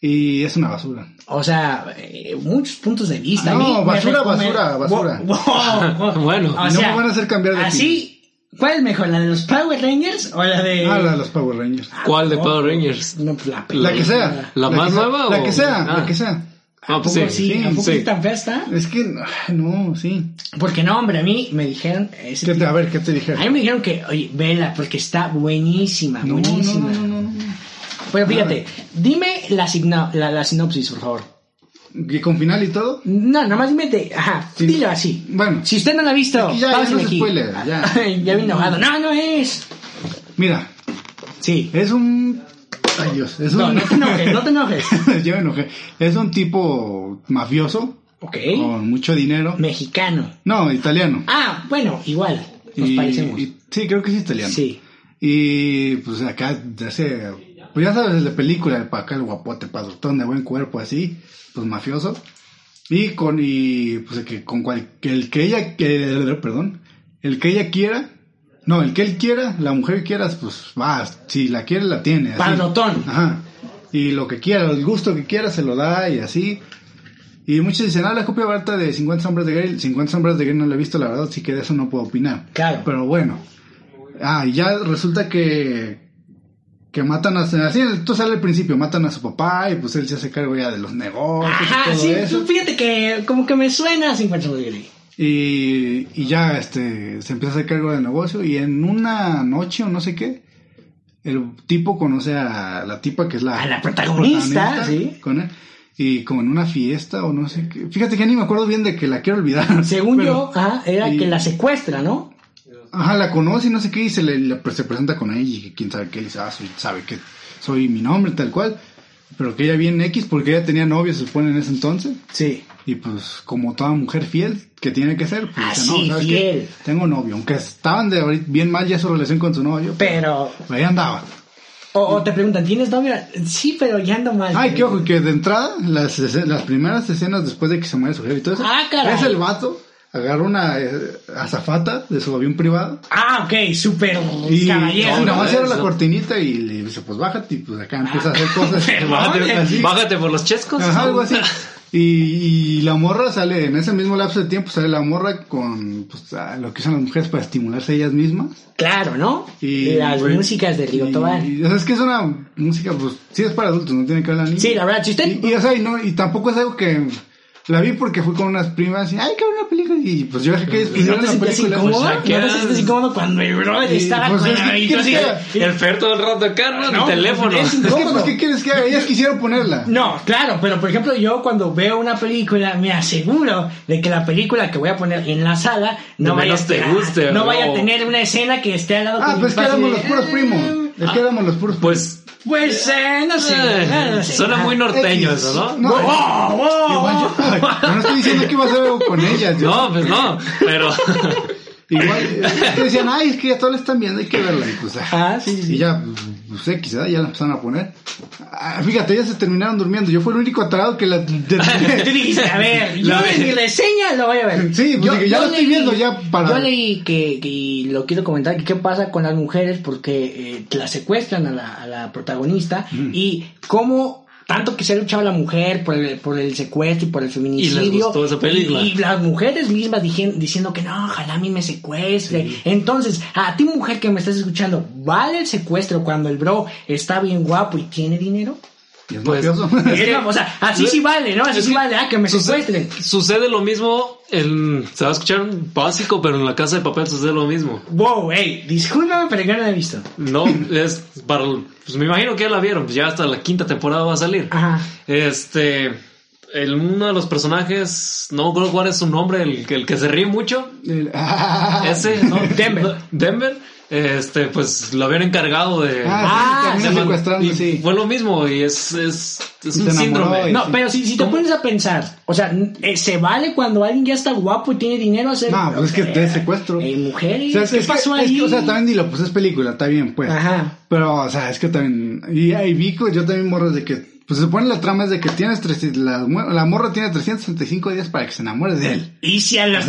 Y es una basura. O sea, eh, muchos puntos de vista. Ah, A mí no, me basura, recome- basura, basura. Wow, wow. *laughs* Bueno, O no me van a hacer cambiar de Así, ¿cuál es mejor? ¿La de los Power Rangers o la de.? Ah, la de los Power Rangers. ¿Cuál de Power Rangers? No, pues, la, La que sea. ¿La que más sea, nueva La o- que sea, Ah. la que sea. No, pues sí, sí. sí, sí, ¿A poco sí. es tan fea esta? Es que, ay, no, sí. Porque no, hombre, a mí me dijeron. ese ¿Qué te- a ver, ¿qué te dije? tipo- A mí me dijeron que, oye, vela, porque está buenísima, Ah, No, no, no, buenísima. no, no, no. Pero fíjate, dime la, signa- la, la sinopsis, por favor. ¿Y con final y todo? No, nada más dime, te- ajá, Sí. dilo así. Bueno. Si usted no la ha visto, Aquí ya- ya pásenle no es aquí. spoiler, ya. ya vino enojado. No, no es. Mira, Sí. es un... Ay, Dios. Es No, un... no te enojes, no te *laughs* enojes. Yo me enojé. Es un tipo mafioso Ok. con mucho dinero. Mexicano. No, italiano. Ah, bueno, igual. Nos Y- parecemos. y- sí, creo que es italiano. sí. Y pues acá hace, pues ya sabes, de película, para acá el guapote, padrotón de buen cuerpo, así, pues mafioso. Y con, y pues el que con cual, que el que ella, que, perdón, el que ella quiera, no, el que él quiera, la mujer que quieras, pues va, si la quiere, la tiene. así. Ah, Padrotón. Ajá. Y lo que quiera, el gusto que quiera, se lo da y así. Y muchos dicen, ah, la copia barata de 50 sombras de Grey. 50 sombras de Grey no la he visto, la verdad, así que de eso no puedo opinar. Claro. Pero bueno. Ah, y ya resulta que... Que matan a... Así, tú sale al principio, matan a su papá y pues él se hace cargo ya de los negocios y Ajá, todo sí, eso. fíjate que como que me suena a 50 sombras de Grey. Y, y ya este se empieza a hacer cargo del negocio y en una noche o no sé qué, el tipo conoce a la tipa que es la, A la protagonista, sí. Con él, y como en una fiesta o no sé qué. Fíjate que ni me acuerdo bien de que la quiero olvidar. Según pero- yo, ajá, era y- que la secuestra, ¿no? Ajá, la conoce y no sé qué, y se, le, le- se presenta con ella y quién sabe qué, le dice, ah, soy- sabe que soy mi nombre, tal cual. Pero que ella viene X porque ella tenía novio, se supone, en ese entonces. Sí. Y pues, como toda mujer fiel que tiene que ser, pues dice, Así, no, ¿sabes Ah, fiel. qué? Tengo novio, aunque estaban de ahorita bien mal ya su relación con su novio, Pero pero ahí andaba. O, o te preguntan, ¿tienes novia? Sí, pero ya ando mal. Ay, qué ojo, que de entrada, las, esce- las primeras escenas después de que se muere su jefe y todo eso, Ah, caray. es el vato, agarra una eh, azafata de su avión privado Ah, ok, súper y caballero. no, nomás no, abre la eso. cortinita y le dice, pues bájate y pues acá empieza a hacer Ah. *laughs* cosas. Bájate, Así. bájate por los chescos. Ajá, algo así. Y, y la morra sale, en ese mismo lapso de tiempo sale la morra con pues, ah, lo que usan las mujeres para estimularse ellas mismas. Claro, ¿no? Y, Las pues, músicas de Río y- Tobar. y, o sea, es que es una música, pues sí es para adultos, no tiene que hablar niños. Sí, la verdad, si usted... Y, y, o sea, y, no, y tampoco es algo que la vi porque fui con unas primas y, ay, qué buena película. Y pues yo dejé que ¿Y no estuvieran te la sentías película. incómodo? pues, ¿No te sentías incómodo cuando el brother Y, estaba pues, *laughs* con es que, la- y tú ¿qué así quieres de- que El Fer todo el rato acá, ¿no? En el No, teléfono. es es que, incómodo. pues, ¿qué quieres que haga? Ellas quisieron ponerla. No, claro, pero por ejemplo yo cuando veo una película me aseguro de que la película que voy a poner en la sala no De vaya, menos te a- guste, no bro. vaya a tener una escena que esté al lado Ah, con pues es mi que padre. éramos los puros primos. Es que éramos los puros primos. Ah. Pues, Pues eh, no sé. eh, no sé. suena muy norteño eso, ¿no? No, ¡Oh, oh, igual oh! yo- yo no estoy diciendo que iba a hacer algo con ellas. yo- No, pues no, pero... *laughs* Igual eh, que decían, ay, es que ya todos la están viendo, hay que verla. Y pues, ah, Ah, sí, sí, sí. y ya, pues X, ¿verdad? ya la empezaron a poner. Ah, fíjate, ya se terminaron durmiendo. Yo fui el único atarado que la. *laughs* Tú dijiste, a ver, yo La ve- en mi reseña lo voy a ver. Sí, pues, dije, ya lo estoy viendo, ya para- Yo leí que, que- y lo quiero comentar, que qué pasa con las mujeres porque eh, la secuestran a la, a la protagonista y cómo tanto que se ha luchado la mujer por el, por el secuestro y por el feminicidio. gustó esa película. Y, y las mujeres mismas dijen- diciendo que no, ojalá a mí me secuestre. Entonces, a ti mujer que me estás escuchando, ¿vale el secuestro cuando el bro está bien guapo y tiene dinero? Y es Pues, mafioso. Es la- o sea, así Es- sí vale, ¿no? Así es sí que vale, ah, que me secuestren. Sucede lo mismo en... Se va a escuchar básico, pero en la casa de papel sucede lo mismo. Wow, hey, discúlpame, pero yo no la he visto. *laughs* No, es para... Pues me imagino que ya la vieron, pues ya hasta la quinta temporada va a salir. Ajá. Este... El, uno de los personajes, no creo cuál es su nombre, el, que- el que se ríe mucho. El- *laughs* ah, *laughs* Ese, ¿no? Denver. Denver. Este, pues lo habían encargado de... Ah, Ah, sí, Se terminan man- secuestrando, y sí. Fue lo mismo y es, es, es Y un se enamoró síndrome. y- No, pero si, si te pones a pensar, o sea, eh, ¿se vale cuando alguien ya está guapo y tiene dinero hacer... No, pues es que te es secuestro. mujeres, O sea, es ¿qué que- pasó es que, ahí? o sea, también dilo, pues es película, está bien, pues. Ajá. Pero, o sea, es que también. Y ahí vi que yo también morras de que. Pues se supone la trama es de que tienes. tres- la, la morra tiene 365 días para que se enamore de él. Y si a los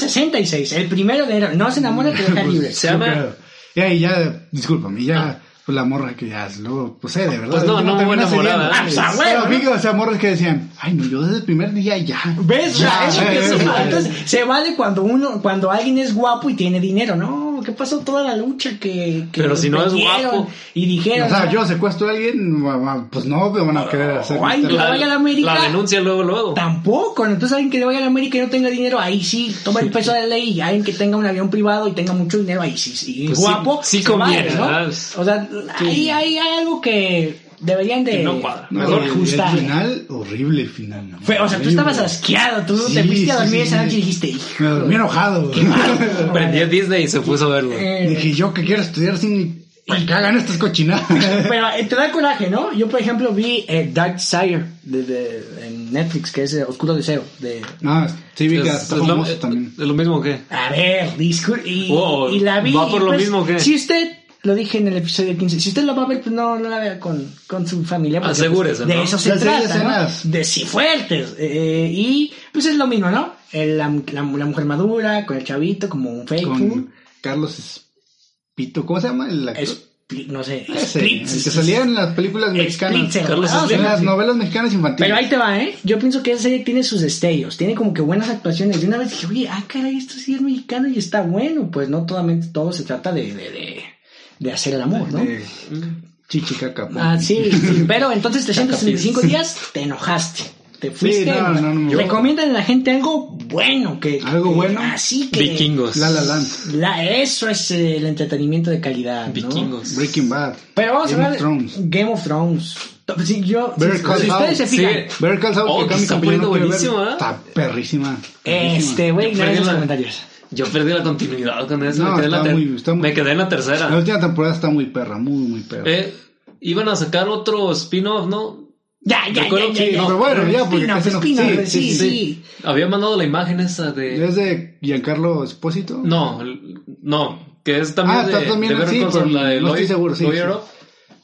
366, el primero de enero, no se enamora, te deja libre. *laughs* Pues, Se llama- claro. Ya, y ya, discúlpame, y ya, pues la morra que ya, luego, pues sé, de verdad. Pues no, yo no tengo muy una serie- enamorada. Ah, pues, a Pero huevo, vi ¿no? que, o sea, morras que decían, ay, no, yo desde el primer día ya. ¿Ves? O Ya, sea, eso que eh, es- eh, Entonces, se vale cuando uno, cuando alguien es guapo y tiene dinero, ¿no? ¿Qué pasó toda la lucha que... que Pero si no es metieron guapo. Y dijeron... O sea, ¿no? yo secuestro a alguien, ma- ma- pues no, me van a querer hacer. Ay, meter- claro. Vaya la América. denuncia luego, luego. Tampoco, entonces alguien que le vaya a la América y no tenga dinero, ahí sí, toma el peso de la ley y alguien que tenga un avión privado y tenga mucho dinero, ahí sí, sí, Pues sí, guapo, sí se conviene, ¿no? ¿verdad? O sea, ahí, ahí hay algo que deberían de Que no cuadra. No, mejor el, ajustar. el final, horrible el final. no, Fue- o sea, tú horrible. estabas asqueado, tú te Sí, fuiste a sí, dormir sí, esa sí. noche y dijiste, Me hijo. dormí enojado. *laughs* Prendió Disney y se puso a verlo. eh, Dije, yo que quiero estudiar sin y cagan estas cochinadas. *laughs* Pero eh, te da coraje, ¿no? Yo, por ejemplo, vi eh, Dark Sire de, de- en Netflix, que es eh, Oscuro Deseo. De... No, sí, vi que Es, hasta es lo, famoso también. es lo mismo que. A ver, discul y, Wow, y la vi. Oh, ¿va por y, lo mismo que? Si usted, lo dije en el episodio 15, si usted lo va a ver, pues no, no la vea con, con su familia. porque, Asegúrese, pues, De ¿no? eso se Las trata, ¿no? escenas. De si fuertes. eh, y pues es lo mismo, ¿no? El- la, la- la mujer madura, con el chavito, como un fake food. Con Carlos Espito, ¿cómo se llama? El actor? Split, no sé, Ese, split, el que salía en las películas mexicanas. Split, Carlos ah, o sea, En las novelas mexicanas infantiles. Pero ahí te va, ¿eh? Yo pienso que esa serie tiene sus destellos, tiene como que buenas actuaciones. De una vez dije, oye, ah, caray, esto sí es mexicano y está bueno. Pues no, totalmente, todo se trata de, de, de, de hacer el amor, ¿no? De Chichicaca. pum. Ah, *laughs* sí, sí. Pero entonces 365 Chacapiés. días te enojaste. Te fuiste. no, no, no, no. Recomiendan a la gente algo bueno. que Algo bueno. Así que. Vikingos. La La Land. La- eso es eh, el entretenimiento de calidad. ¿no? Vikingos. Breaking Bad. Pero vamos Game of a hablar Thrones. Game of Thrones. Sí, yo, si, Better Call si Saul. ustedes se Sí. fijan, Better Call Saul, que Oh, que acá mi está compañero no poniendo quiere ver. buenísimo, ¿eh? Está perrísima. Este, güey, Yo no perdí los la- comentarios. Yo perdí la continuidad con eso. No, me, quedé en la está ter- muy- está muy- me quedé en la perrísima. La tercera. última temporada está muy perra, muy, muy perra. Eh, iban a sacar otro spin-off, ¿no? Ya, ya, ya, Recuerdo ya, que- ya. no, pero bueno, ya, porque Spin-off, casi no- spin-off, sí, sí, sí, sí. Había mandado la imagen esa de. ¿Es de Giancarlo Espósito? No, l- no. Que es también Ah, de, está Ah, también- de Better sí, Call Saul, pero la de no estoy Lawyer- seguro, sí, Lawyer sí. Up.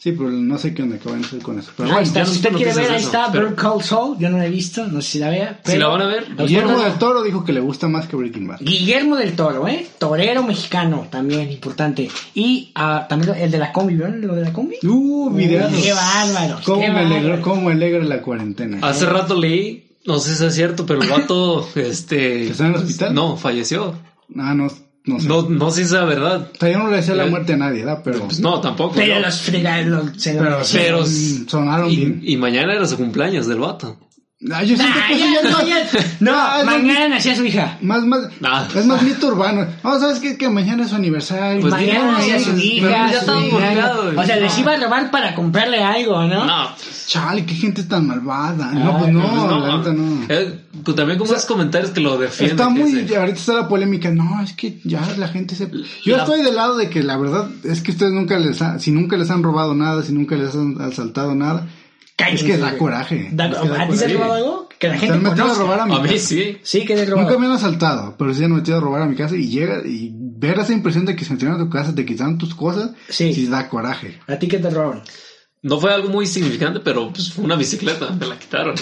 Sí, pero no sé qué onda que van a hacer con eso. Pero ahí bueno, está, ya si no usted sé quiere ver, noticias de ahí eso, está, pero- Bird Call Saul, yo no la he visto, no sé si la vea. Si pero- la van a ver, Los Guillermo Bordas- del Toro dijo que le gusta más que Breaking Bad. Guillermo del Toro, ¿eh? Torero mexicano, también importante. Y ah, también el de la combi, ¿vieron lo de la combi? Uh, videos. Qué bárbaros, ¿Cómo, qué me alegra, bárbaros. ¿Cómo me alegra la cuarentena? hace rato leí, no sé si es cierto, pero *laughs* el vato, este... ¿Que está en el hospital? No, falleció. Ah, no, no sé. No, no sé si es la verdad. O sea, yo no le decía la Eh, muerte a nadie, ¿verdad? Pero, Pues no, tampoco. Pero ¿no? los fregados, se lo pero, merecen. pero- son- mm, sonaron bien. y, y mañana era su cumpleaños del vato. Ah, yo siento que Ay, eso ya ya, no, no- ya. Ah, No, es un- mañana nacía su hija. Más, más, Nah. Es más mito urbano. No, ¿sabes qué? Que mañana es su aniversario. Pues Mañana no, nacía su pues, hija. pero ya su estaban cumpleaños. golpeados, O sea, no. les iba a robar para comprarle algo, ¿no? No, Chale, qué gente tan malvada. No, Ay, pues no, pues pues la neta no. Eh, pues también como esos comentarios que lo defienden. Está que muy, dicen, ahorita está la polémica, no, es que ya la gente se... Yo La- estoy del lado de que la verdad es que ustedes nunca les ha- si nunca les han robado nada, si nunca les han asaltado nada, Cállense, es que da güey. coraje. Da- es que da ¿A ti se coraje. ha robado algo? Que la Se han gente metido a conozca. robar a mi A mí casa. sí. Sí, que le robado. Nunca me han asaltado, pero sí han metido a robar a mi casa y llega y ver esa impresión de que se metieron a tu casa, te quitaron tus cosas, Sí. sí da coraje. ¿A ti qué te robaron? No fue algo muy significante, pero pues, fue una bicicleta, me la quitaron.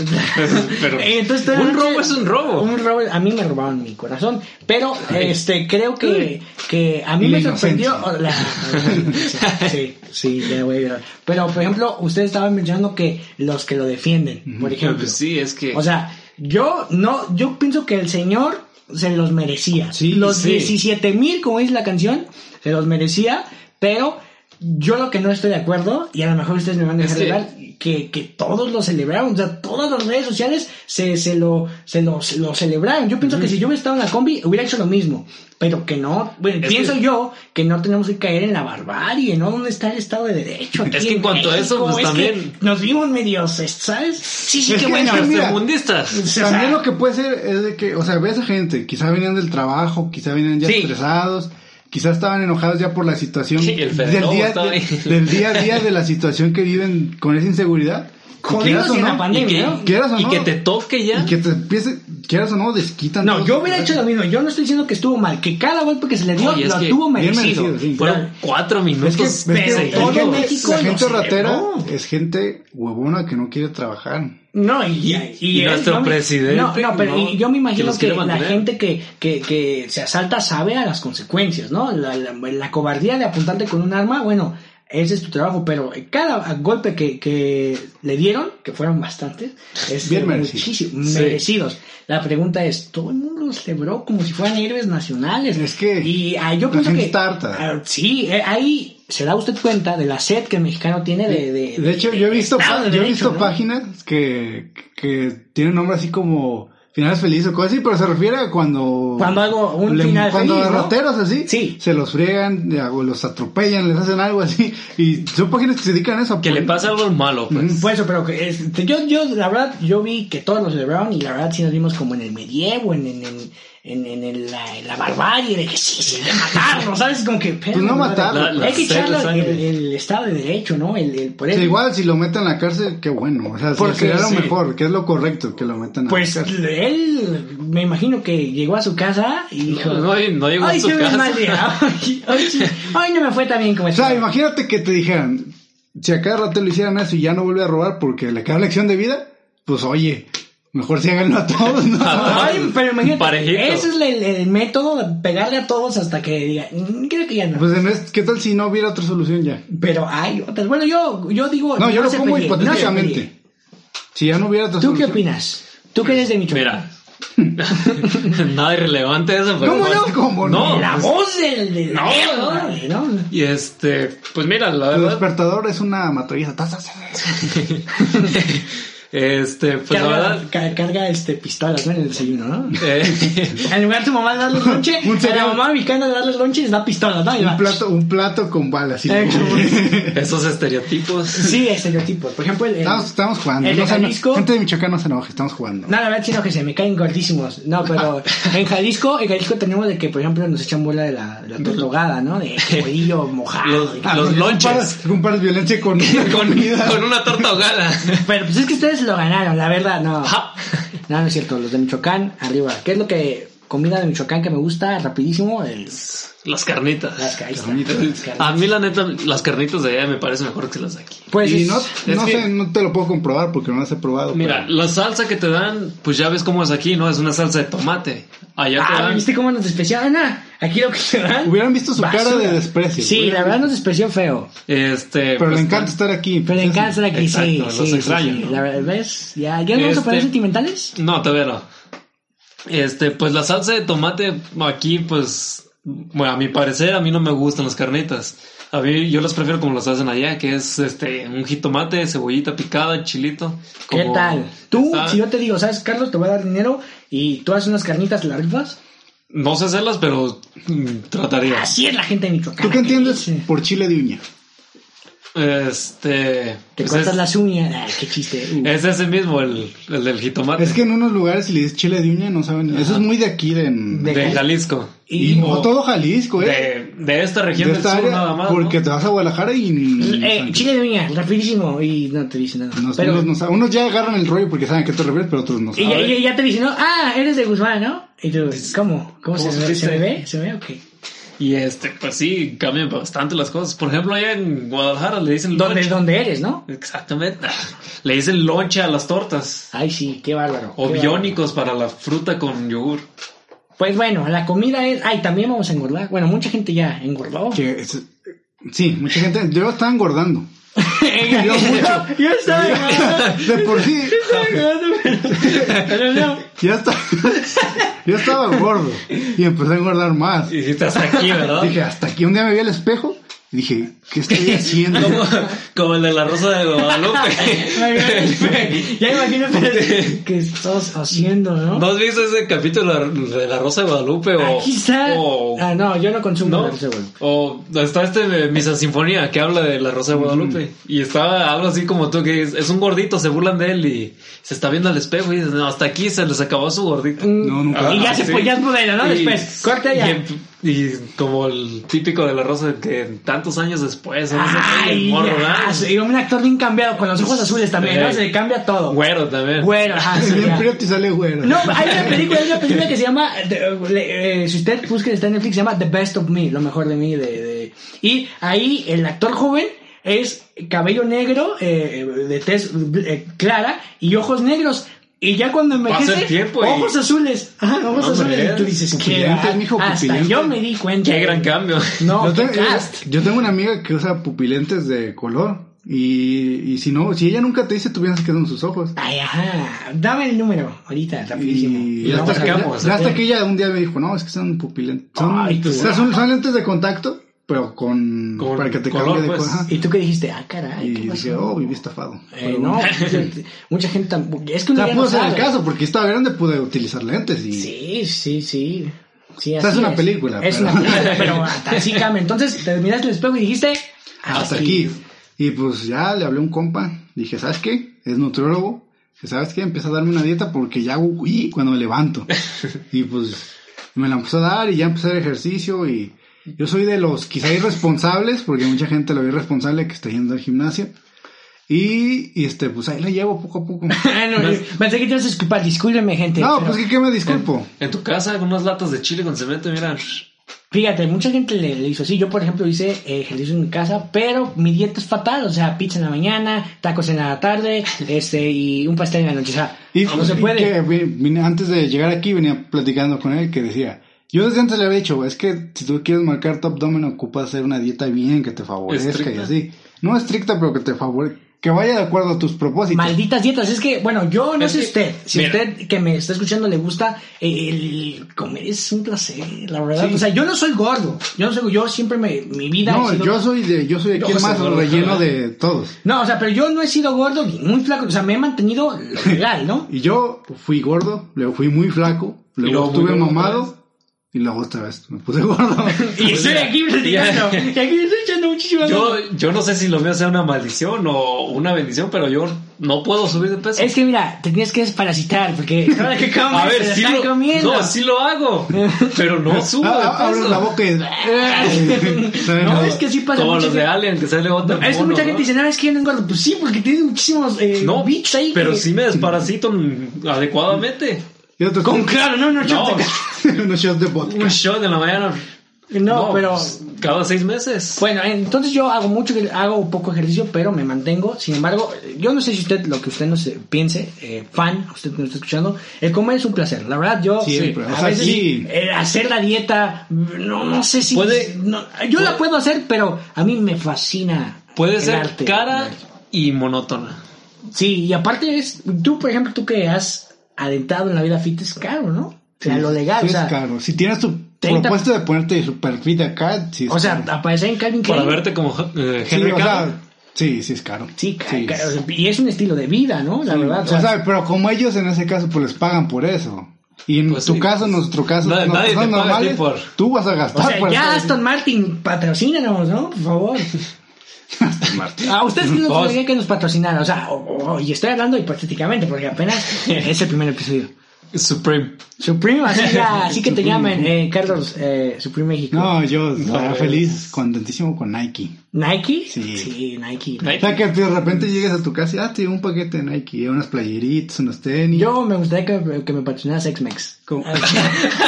pero Eh, entonces, toda la *laughs* un noche- robo es un robo. Un robo, a mí me robaron mi corazón, *laughs* pero este creo que, que a mí La me sorprendió inocencia. *laughs* la- sí, sí, ya voy a llorar. Pero por ejemplo, ustedes estaban mencionando que los que lo defienden, por ejemplo. Pues sí, es que. O sea, yo no, yo pienso que el señor se los merecía. Sí, los sí. 17 mil, como dice la canción, se los merecía, pero yo lo que no estoy de acuerdo, y a lo mejor ustedes me van a Es dejar que- llegar, que, que todos lo celebraron, o sea, todas las redes sociales se, se, lo, se, lo, se lo celebraron. Yo pienso que si yo hubiera estado en la combi, hubiera hecho lo mismo, pero que no, bueno, Es pienso que- yo que no tenemos que caer en la barbarie, ¿no? ¿Dónde está el Estado de Derecho? aquí Es que en cuanto a eso, pues, Es que también- Nos vimos medios, ¿sabes? Sí, sí, Es qué que- bueno. es que mira, mundistas. Sí, o También sea, lo que puede ser es de que, o sea, ves a gente, quizá venían del trabajo, quizá venían ya Sí. estresados, quizá estaban enojados ya por la situación Sí, el Fede del, Lobo día, estaba ahí. de- del día a día de la situación que viven con esa inseguridad. Y Jodidos quieras o en la no, pandemia. Y que, ¿no? Quieras o y no. que te toque ya. Y que te empiece, quieras o no, desquitan. No, todo yo su hubiera coraje. hecho lo mismo. Yo no estoy diciendo que estuvo mal, que cada golpe que se le dio Oye, es lo que tuvo bien merecido. merecido, sí. Pero- Fueron cuatro Es que, minutos. es que- es que la todo gente- México la lo gente celebró. ratera es gente huevona que no quiere trabajar. No, y, y nuestro no me- presidente, No, no, pero ¿no? y yo me Que imagino los que, quiere la mantener. gente que, que, que se asalta sabe a las consecuencias, ¿no? La, la- la cobardía de apuntarte con un arma, bueno, ese es tu trabajo, pero cada golpe que, que le dieron, que fueron bastantes, es Bien merecido. muchísimo, Sí. merecidos. La pregunta es, todo el mundo los celebró como si fueran héroes nacionales. Es que y ah, yo la pienso gente que está harta. ah, sí, eh, ahí se da usted cuenta de la sed que el mexicano tiene de de, Ah, De hecho, yo he visto, de Estado pa- de yo he Derecho, visto ¿no? páginas que, que tienen nombre así como finales felices o cosas así, pero se refiere a cuando... Cuando algo- un le- final Cuando feliz, a ¿no? rateros así, Sí. se los friegan ya, o los atropellan, les hacen algo así. Y son páginas que se dedican a eso. Que le pasa algo malo, pues. Por eso, pero que, este, yo, yo, la verdad, yo vi que todos lo celebraron y la verdad sí nos vimos como en el medievo, en, en, en, en, en el- la, en la barbarie, de que sí, sí, de matarlo, ¿sabes? Como que... pero Pues no matarlo. La- la Hay que sed, la echarlo el, sangre. el Estado de Derecho, ¿no? El, el, por O eso. sea, igual si lo meten a la cárcel, qué bueno. O sea, Porque sería lo sí. mejor, que es lo correcto que lo metan a Pues la cárcel. él, me imagino que llegó a su casa y dijo... No, no, no llegó a "Ay, su qué casa". mal ¿eh? día, Ay, ay, sí, ay, no me fue tan bien como O sea, esperaba. imagínate que te dijeran, si a cada rato le hicieran eso y ya no vuelve a robar porque le queda lección de vida, pues oye, mejor si háganlo a todos, ¿no? *laughs* Ay, pero imagínate, Parejito. ese es el, el método de pegarle a todos hasta que diga, "Mm, creo que ya no. Pues en este- ¿qué tal si no hubiera otra solución ya? Pero hay otras. Bueno, yo, yo digo. No, yo lo se pongo pelee, no se hipotéticamente. pelee. Si ya no hubiera otra ¿Tú qué solución. opinas? ¿Tú qué eres de Michoacán? Mira. *laughs* Nada irrelevante eso, pero. ¿Cómo no? ¿Cómo no? La pues, voz del. del No, dedo, no. dale, ¿no? Y este, pues mira, la Tu verdad. despertador es una matriz. este, pues la carga, verdad. ca- carga, este, pistolas ¿no? en el desayuno, ¿no? eh, *laughs* En lugar de tu mamá *laughs* darle lonche, Un a la cereal. mamá mexicana de darle lonche les da pistolas, ¿no? Y va. Un plato, un plato con balas. y- Eh, como- esos estereotipos. *laughs* Sí, estereotipos. Por ejemplo, el. el- Estamos, estamos jugando. El de No se eno- Jalisco. gente de Michoacán no se enoje, estamos jugando. No, la verdad, sino que se me caen gordísimos. No, *laughs* pero en Jalisco, en Jalisco tenemos de que, por ejemplo, nos echan bola de la, de la torta ahogada, *laughs* ¿no? De bolillo mojado. Los- y- Ah, los porque lonches. comparas- Comparas violencia *laughs* con una con, comida. con una torta ahogada. *laughs* Pero pues es que ustedes lo ganaron, la verdad, no. Ja. No, no es cierto, los de Michoacán, arriba. ¿Qué es lo que comida de Michoacán que me gusta rapidísimo, el- Las carnitas. las, ahí está, Carnitas. las A carnitas. mí, la neta, las carnitas de allá me parecen mejor que las de aquí. Pues y es- no, no que- sé, no te lo puedo comprobar porque no las he probado. Mira, pero- la salsa que te dan, pues ya ves cómo es aquí, ¿no? Es una salsa de tomate. Allá te Ah, dan. ¿viste cómo nos despreciaban? Ah, Aquí lo que se dan. hubieran visto su cara basura. de desprecio. Sí, hubieran la verdad visto. nos despreció feo. Este. Pero pues, le encanta estar aquí. Pero le Entonces, encanta estar aquí, Exacto, sí, los sí, sí, extraño, sí. ¿no? La verdad, ¿ves? Ya, ya nos vamos a Este- poner sentimentales. No, todavía no. Este, pues la salsa de tomate aquí, pues, bueno, a mi parecer, a mí no me gustan las carnitas. A mí, yo las prefiero como las hacen allá, que es este, un jitomate, cebollita picada, chilito. ¿Qué como- tal? Tú, Está- si yo te digo, ¿sabes, Carlos? Te voy a dar dinero y tú haces unas carnitas, ¿las rifas? No sé hacerlas, pero mm, trataría. Así es la gente de Michoacán. ¿Tú qué entiendes dice? por chile de uña? Este. Te pues, cortas es, las uñas. Ay, qué chiste. Uh. es ese mismo, el, el del jitomate. Es que en unos lugares si le dices chile de uña no saben. Eso es muy de aquí, de... De- De Jalisco. y y- no todo Jalisco, ¿eh? De, de esta De, región del esta sur área, nada más. porque ¿no? te vas a Guadalajara y... Eh, chile de uña, rapidísimo. Y no te dice nada. Nos- Pero- unos, no saben- unos ya agarran el rollo porque saben a qué te refieres, pero otros no y, saben. ya- y ya te dicen, ¿no? Ah, eres de Guzmán, ¿no? Y tú, ¿cómo? ¿Cómo, se, ve? ¿Cómo ¿Se supiste? me ve? ¿Se me ve? Ok. Y este, pues sí, cambian bastante las cosas. Por ejemplo, allá en Guadalajara le dicen ¿Dónde, loncha. dónde eres, no? Exactamente. *laughs* Le dicen loncha a las tortas. Ay, sí, qué bárbaro. O qué biónicos para la fruta con yogur. bárbaro. Pues bueno, la comida es... Ay, también vamos a engordar. Bueno, mucha gente ya engordó. Que es- sí, mucha gente... Yo estaba *laughs* engordando. *laughs* yo, yo estaba engordando. De por sí, estaba engordando, pero- pero no. ya está... *laughs* Yo estaba gordo y empecé a engordar más. Y estás *laughs* aquí, ¿verdad? Dije, hasta aquí un día me vi al espejo y dije, ¿qué *laughs* estoy haciendo? como, como el de la rosa de Guadalupe. ya imagínate que estás haciendo, ¿no? *laughs* ¿No has visto ese capítulo de la rosa de Guadalupe? O, Aquí está... o- Ah, no, yo no consumo Oh. ¿No? dulce, güey. O está este de Misa Sinfonía que habla de la Rosa de Guadalupe. Y está, habla así como tú, que es, es un gordito, se burlan de él y se está viendo al espejo y dice, no, hasta aquí se les acabó su gordito. No, nunca. Ah, y ya se sí. fue, ya es modelo, Mm, ¿no? Y- Después, corta ya. Y, em- y como el típico de la Rosa que tantos años después, no sé qué, el Ay, morro, ¿verdad? ah, sí, un actor bien cambiado, con los ojos azules también, ¿no? Sí. Se le cambia todo. Güero también. Güero, ajá, sí, Bien ya. prieto y sale güero. No, hay una película, hay una película que se llama, eh, le- eh, si usted busca está en Netflix, se llama The Best of Me, lo mejor de mí. De, de- Y ahí el actor joven es cabello negro, eh, de tez eh, clara y ojos negros. Y ya cuando Pasa envejece, el tiempo y- ojos azules. Ajá, ojos Hombre, azules. pues, Y tú dices, ¿qué? pupilentes, va? mijo, Hasta pupilentes. yo me di cuenta. Qué gran cambio. No, Yo, qué tengo- yo- cast. yo tengo una amiga que usa pupilentes de color. Y, y si no, si ella nunca te dice, tú piensas que son sus ojos. Ay, ajá. Dame el número, ahorita, rapidísimo. Y lo hasta, que, marcamos, ya- ya hasta ¿eh? que ella un día me dijo, no, es que son pupilentes. Son, Ay, tú- o sea, son, son lentes de contacto, pero con, Con para que te color, cambie de pues. cosa. ¿Y tú qué dijiste? Ah, caray. Y ¿qué dije, pasó? oh, viví estafado. Eh, no, mucha gente tampoco. Es que O uno sea, ya no pudo ser el sabe. caso, porque estaba grande, pude utilizar lentes. Y, Sí, sí, sí. sí sea, es así una película, Es pero- una película, pero hasta así cambia. Entonces te miraste el espejo y dijiste. Ah, hasta aquí. Y pues ya le hablé a un compa. Dije, ¿sabes qué? Es nutriólogo. Dije, ¿sabes qué? Empieza a darme una dieta porque ya hago y cuando me levanto. y pues me la empezó a dar y ya empecé a hacer ejercicio. Y yo soy de los quizá irresponsables, porque mucha gente lo ve irresponsable que está yendo al gimnasio. Y, y, este, pues ahí la llevo poco a poco. *laughs* Ah, no, Más- pensé que te ibas a disculpar. Discúlpeme, gente. No, pero pues que, que me disculpo. En tu casa, con unas latas de chile con cemento, mira. Fíjate, mucha gente le, le hizo así. Yo, por ejemplo, hice eh, ejercicio en mi casa, pero mi dieta es fatal. O sea, pizza en la mañana, tacos en la tarde este y un pastel en la noche. O sea, Y, no se y puede. que vi- vine- antes de llegar aquí venía platicando con él que decía, yo desde antes le había dicho, es que si tú quieres marcar tu abdomen ocupas hacer una dieta bien que te favorezca y Estricta. así. No estricta, pero que te favorezca, que vaya de acuerdo a tus propósitos. Malditas dietas, es que, bueno, yo no Es sé que- usted, si mira. usted que me está escuchando le gusta, eh, el comer es un placer, la verdad. Sí. O sea, yo no soy gordo, yo no soy, yo siempre me, mi vida ha no, sido- yo soy de, yo soy aquí el Yo más soy gordo, relleno ¿verdad? de todos. No, o sea, pero yo no he sido gordo ni muy flaco, o sea, me he mantenido lo *laughs* legal, ¿no? Y yo fui gordo, luego fui muy flaco, luego, luego muy estuve gordo otra mamado y luego otra vez me puse *laughs* gordo. Y estoy aquí platicando, *laughs* y aquí me estoy echando muchísimo. Yo, yo no sé si lo mío sea una maldición o una bendición, pero yo no puedo subir de peso. Es que mira, te tienes que desparasitar, *laughs* porque ahora que comes, A ver, te la sí están lo, comiendo. no, sí lo hago, pero no subo de Ah, ah, peso. Abro la boca y... *laughs* No, es que sí pasa Como mucho los de que- Alien, que sale otra es que mucha gente dice, no, es que yo no engordo. Pues sí, porque tienes muchísimos eh, no, bichos ahí. pero que- sí me desparasito mm, adecuadamente. Y otros *laughs* *laughs* Con claro, no, no, yo te- unos shots de vodka. *laughs* Un shot en la mañana. No, pero- pues, cada seis meses. Bueno, entonces yo hago mucho, hago poco ejercicio, pero me mantengo. Sin embargo, yo no sé si usted, lo que usted no se piense, eh, fan, usted que nos está escuchando, el comer es un placer. La verdad, yo Siempre, sí, o a sea, veces, sí. eh, hacer la dieta, no, no sé si Puede- no, yo la puedo hacer, pero a mí me fascina. Puede el ser arte. cara y monótona. Sí, y aparte es, tú, por ejemplo, tú que has adentrado en la vida fit es caro, ¿no? O sea, lo legal, Sí o sea, es caro. Si tienes tu 30 propuesta de ponerte super fit acá, sí es o sea, caro. aparecer en Calvin Para Klein, verte como eh, Sí, Henry o Cavill. sea, sí, sí es caro. Sí, ca- Sí. ca- y es un estilo de vida, ¿no? La verdad. O sea, pero como ellos en ese caso, pues les pagan por eso. Y en Pues tu sí. caso, en nuestro caso, Nadie- no, nadie personas te paga a ti por- tú vas a gastar pues, O sea, por ya estar- Aston Martin, patrocínanos, ¿no? Por favor. A ustedes que nos Vos. gustaría que nos patrocinaran. O sea, o- o- y estoy hablando hipotéticamente porque apenas es el primer episodio. Supreme. Supreme, así, ya- así que te llamen, eh, Carlos, eh, Supreme México. No, yo estaría No. pues, feliz, contentísimo con Nike. ¿Nike? Sí. Nike. O sea, Nike. que de repente llegues a tu casa y, ah, te llevo un paquete de Nike, unas playeritas, unos tenis. Yo me gustaría que, que me patrocinara Sexmex. Como, *laughs*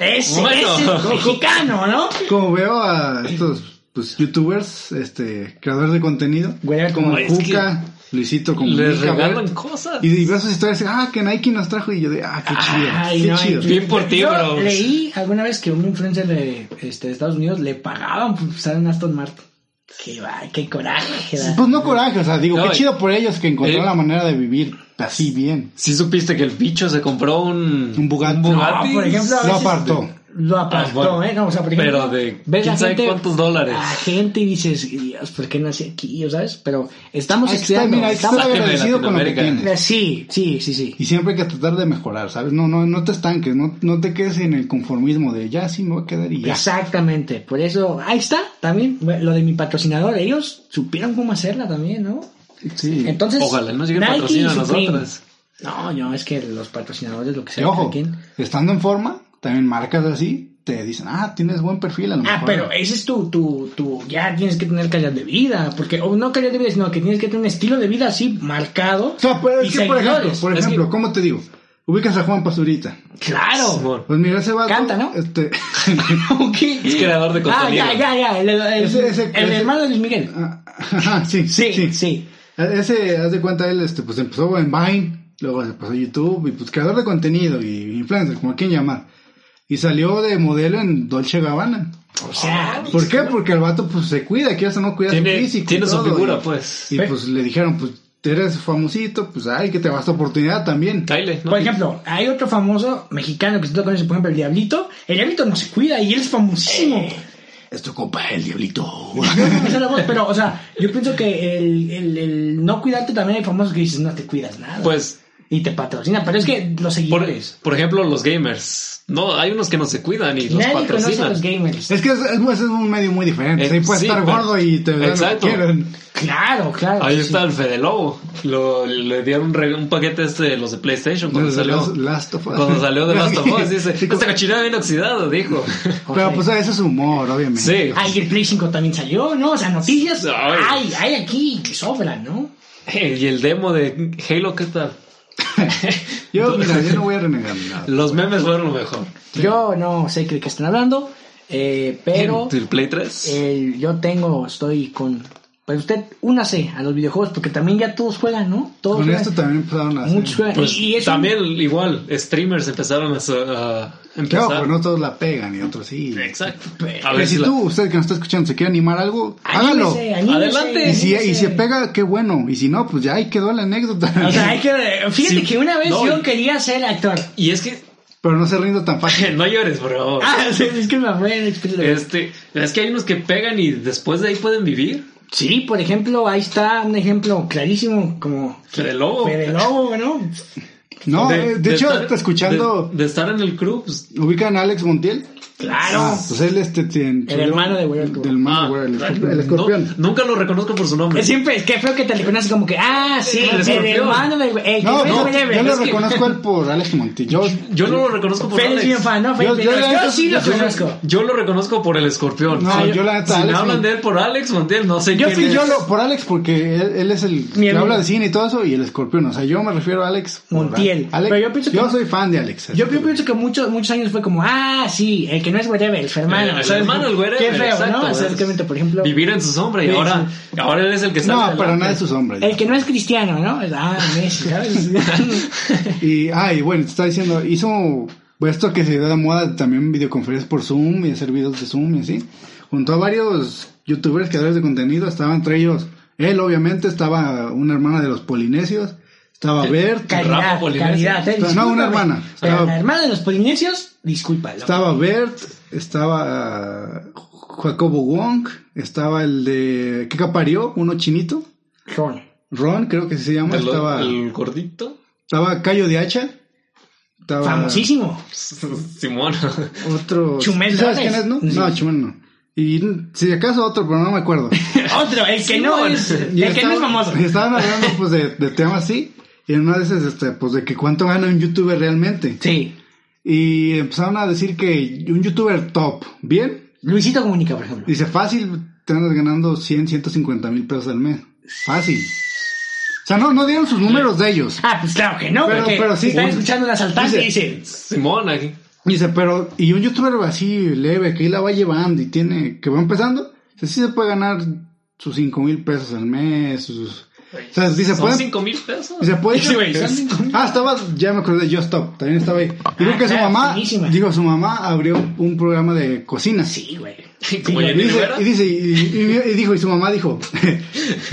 ese, Bueno. ese es mexicano, ¿no? como veo a estos pues, youtubers, este, creadores de contenido, Güey, como es Juca, Luisito, como Les Mica, regalan güey, cosas. Y diversas historias, ah, que Nike nos trajo, y yo de, ah, qué chido, Ay, qué no, chido. yo- Bien por ti, yo bro. Leí alguna vez que un influencer de, este, de Estados Unidos le pagaban por usar un Aston Martin. Qué, va, qué coraje. da. Pues no coraje, o sea, digo, No, qué y- chido por ellos que encontraron eh, la manera de vivir así bien. Si supiste que el bicho se compró un, Un Bugatti. No, por ejemplo, a Lo veces- apartó. Lo apartó, Ah, bueno. ¿eh? No, o sea, por ejemplo, Pero de ves a quién sabe cuántos dólares. A gente y dices, Dios, ¿por qué nací aquí? ¿O ¿Sabes? Pero estamos Hay que estar, estudiando. mira, hay que estar estamos- Eh, Sáquenme de agradecido con lo que Latinoamérica. tienes. Sí, sí, sí, sí. Y siempre hay que tratar de mejorar, ¿sabes? No, no, no te estanques, no, no te quedes en el conformismo de ya sí me voy a quedar y ya. Exactamente, por eso, ahí está, también bueno, lo de mi patrocinador, ellos supieron cómo hacerla también, ¿no? Sí. Entonces, Ojalá nos lleguen Nike y patrocinio a Supreme. nosotras. No, no, es que los patrocinadores, lo que Y sea, ojo, cada quien. estando en forma, también marcas así, te dicen, ah, tienes buen perfil a lo Ah, mejor. pero ese es tu, tu, tu, ya tienes que tener calidad de vida, porque, o no calidad de vida, sino que tienes que tener un estilo de vida así marcado. O sea, pero es y que, por ejemplo, seguidores. por Es ejemplo, ¿cómo te digo? Ubicas a Juan Pazurita. Claro. *laughs* Simón. Pues mira, ese vato... Canta, ¿no? Este... *laughs* ¿Qué? Es creador de contenido. Ah, ya, ya, ya, el, el- el- Ese- ese- el ese- hermano de Luis Miguel. ah, sí, Sí, sí. Ese, haz de cuenta, él este, pues empezó en Vine, luego se pasó a YouTube, y pues creador de contenido y influencer, como quien llamar. Y salió de modelo en Dolce Gabbana. Ah, O sea, ¿Por qué? Porque el vato pues se cuida, que eso no cuida su Tiene, físico. y tiene su todo, figura, y- pues. Y Pe- pues le dijeron, pues eres famosito, pues ay, que te vas a oportunidad también. Kyle, ¿no? Por ejemplo, hay otro famoso mexicano que se conoce, por ejemplo, el Diablito. El Diablito no se cuida y él es famosísimo. Eh. Es tu compa, el diablito. Esa es la voz, pero, o sea, yo pienso que el, el- el no cuidarte también hay famosos que dices, no te cuidas nada. Pues, y te patrocinan, pero es que los por, seguidores. por ejemplo, los gamers. No, hay unos que no se cuidan y los Nadie conoce a patrocinan. los gamers. Es que es, es- es un medio muy diferente. Eh, Ahí puedes sí, estar pero- gordo y te dan lo que Exacto. quieren. Claro, claro. Ahí sí, está sí. el Fede Lobo. Lo- le dieron un, reg- un paquete este de los de PlayStation cuando Desde salió. Last- Last of Us. Cuando salió de Last of Us, dice, *laughs* Sí, como- esta cochinada bien oxidada, dijo. Pero pues ese es humor, obviamente. Sí. Ay, y el Play 5 también salió, ¿no? O sea, noticias. Ay. Ay, hay aquí que sobran, ¿no? Y el demo de Halo, ¿qué tal? Yo, mira, yo no voy a renegar nada. *laughs* Los memes fueron lo mejor. Yo no sé de qué están hablando, eh, pero ¿El Play 3? eh, yo tengo, estoy con. Pues usted, únase a los videojuegos, porque también ya todos juegan, ¿no? Todos Con juegan. esto también empezaron a hacer. Muchos juegan. Pues y, y es un- también igual, streamers empezaron a, so- a Claro, empezar. pero no todos la pegan y otros sí. Exacto. Pero- A Pero ver si si la- tú, usted que nos está escuchando, se quiere animar algo, hágalo. Anímese, anímese, Adelante. Y si, y si anímese. pega, qué bueno. Y si no, pues ya ahí quedó la anécdota. O sea, hay que. Fíjate Sí. que una vez No, yo y- quería ser actor. Y es que, *laughs* Pero no se rindo tan fácil. *laughs* no llores, bro. *laughs* Ah, sí, es que me fue el experimento. Este, es que hay unos que pegan y después de ahí pueden vivir. Sí, por ejemplo, ahí está un ejemplo clarísimo como Fede Lobo. Fede Lobo, ¿no? No, eh, de, hecho, estar- está escuchando, De, de estar en el club. pues, ubican a Alex Montiel. Claro. Ah, pues él este tiene. el hermano de Weird. Del Ah, hermano de Weird, el, escorpi- el No, escorpión. nunca lo reconozco por su nombre. Es Siempre, es que feo que te le conoces como que, ah, sí, El el, escorpión. hermano de Weird. Ey, No, que no, Fede Weber, yo lo es que- *laughs* reconozco a él por Alex Montillo. Yo no lo reconozco por Fede es Alex. bien fan, ¿no? Fede, Yo- yo, yo la neta- sí lo yo- conozco. Yo lo reconozco por el escorpión. No, Sí, yo la neta, si me Alex hablan Mon- de él por Alex Montiel, no sé Yo quién fui es. yo lo- por Alex porque él, él es el Mi que amigo. habla de cine y todo eso y el escorpión. O sea, yo me refiero a Alex. por Montiel. Alex- Pero yo pienso que- soy fan de Alex. Yo, yo pienso que muchos, muchos años fue como, ah, sí, el que no es whatever, el hermano. Eh, el ¿sabes? hermano, el whatever, Qué feo, exacto, ¿no? es- Exactamente, por ejemplo. Vivir en su sombra y Sí, ahora, ahora él es el que está. no, para nada de sus hombres. El que no es cristiano, ¿no? Ah, Messi, ¿sabes? *laughs* Y, ah, y bueno, te estaba diciendo, hizo esto que se da de moda también videoconferencias por Zoom y hacer videos de Zoom y así. Junto a varios youtubers, creadores de contenido, estaba entre ellos él, obviamente, estaba una hermana de los polinesios, estaba Bert, caridad, Rafa Polinesio. caridad. eh, No, discúlpame. una hermana. Pero Estaba- la hermana de los polinesios, disculpa. loco. estaba Bert, estaba ah, Jacobo Wong, estaba el de Kika Parió, uno chinito, Ron. Ron, creo que se llama, El, estaba, el gordito. estaba Cayo de Hacha, estaba Famosísimo. pues, Simón. *laughs* Otro. Chumel ¿Sí ¿Sabes Torres? quién es, no? Sí. No, Chumel no. Y si acaso otro, pero no me acuerdo. Otro, el que *laughs* no Simón. es, el Y que no es estaban- famoso. y Estaban hablando pues de, de temas así. Y en una de esas, este, pues de que cuánto gana un youtuber realmente. Sí. Y empezaron a decir que un youtuber top, bien, Luisito Comunica, por ejemplo. dice fácil, te andas ganando 100, 150 mil pesos al mes. Fácil. O sea, no, no dieron sus números de ellos. Ah, pues claro que no, Pero- porque pero sí. están escuchando un asaltante y dicen, Simón aquí. Dice, pero, y un youtuber así leve que ahí la va llevando y tiene, que va empezando, dice, sí se puede ganar sus cinco mil pesos al mes, sus... O sea, dice, Son puede... cinco mil pesos. Dice, *laughs* puede... Sí, güey, son cinco mil. ah, estaba, ya me acordé, Just Stop, también estaba ahí. Digo Ah, que su claro, mamá, buenísima. digo, su mamá abrió un programa de cocina. sí, güey. Como Y Jenny dice, Rivera. y dice, y- y- y dijo, y su mamá dijo, *laughs*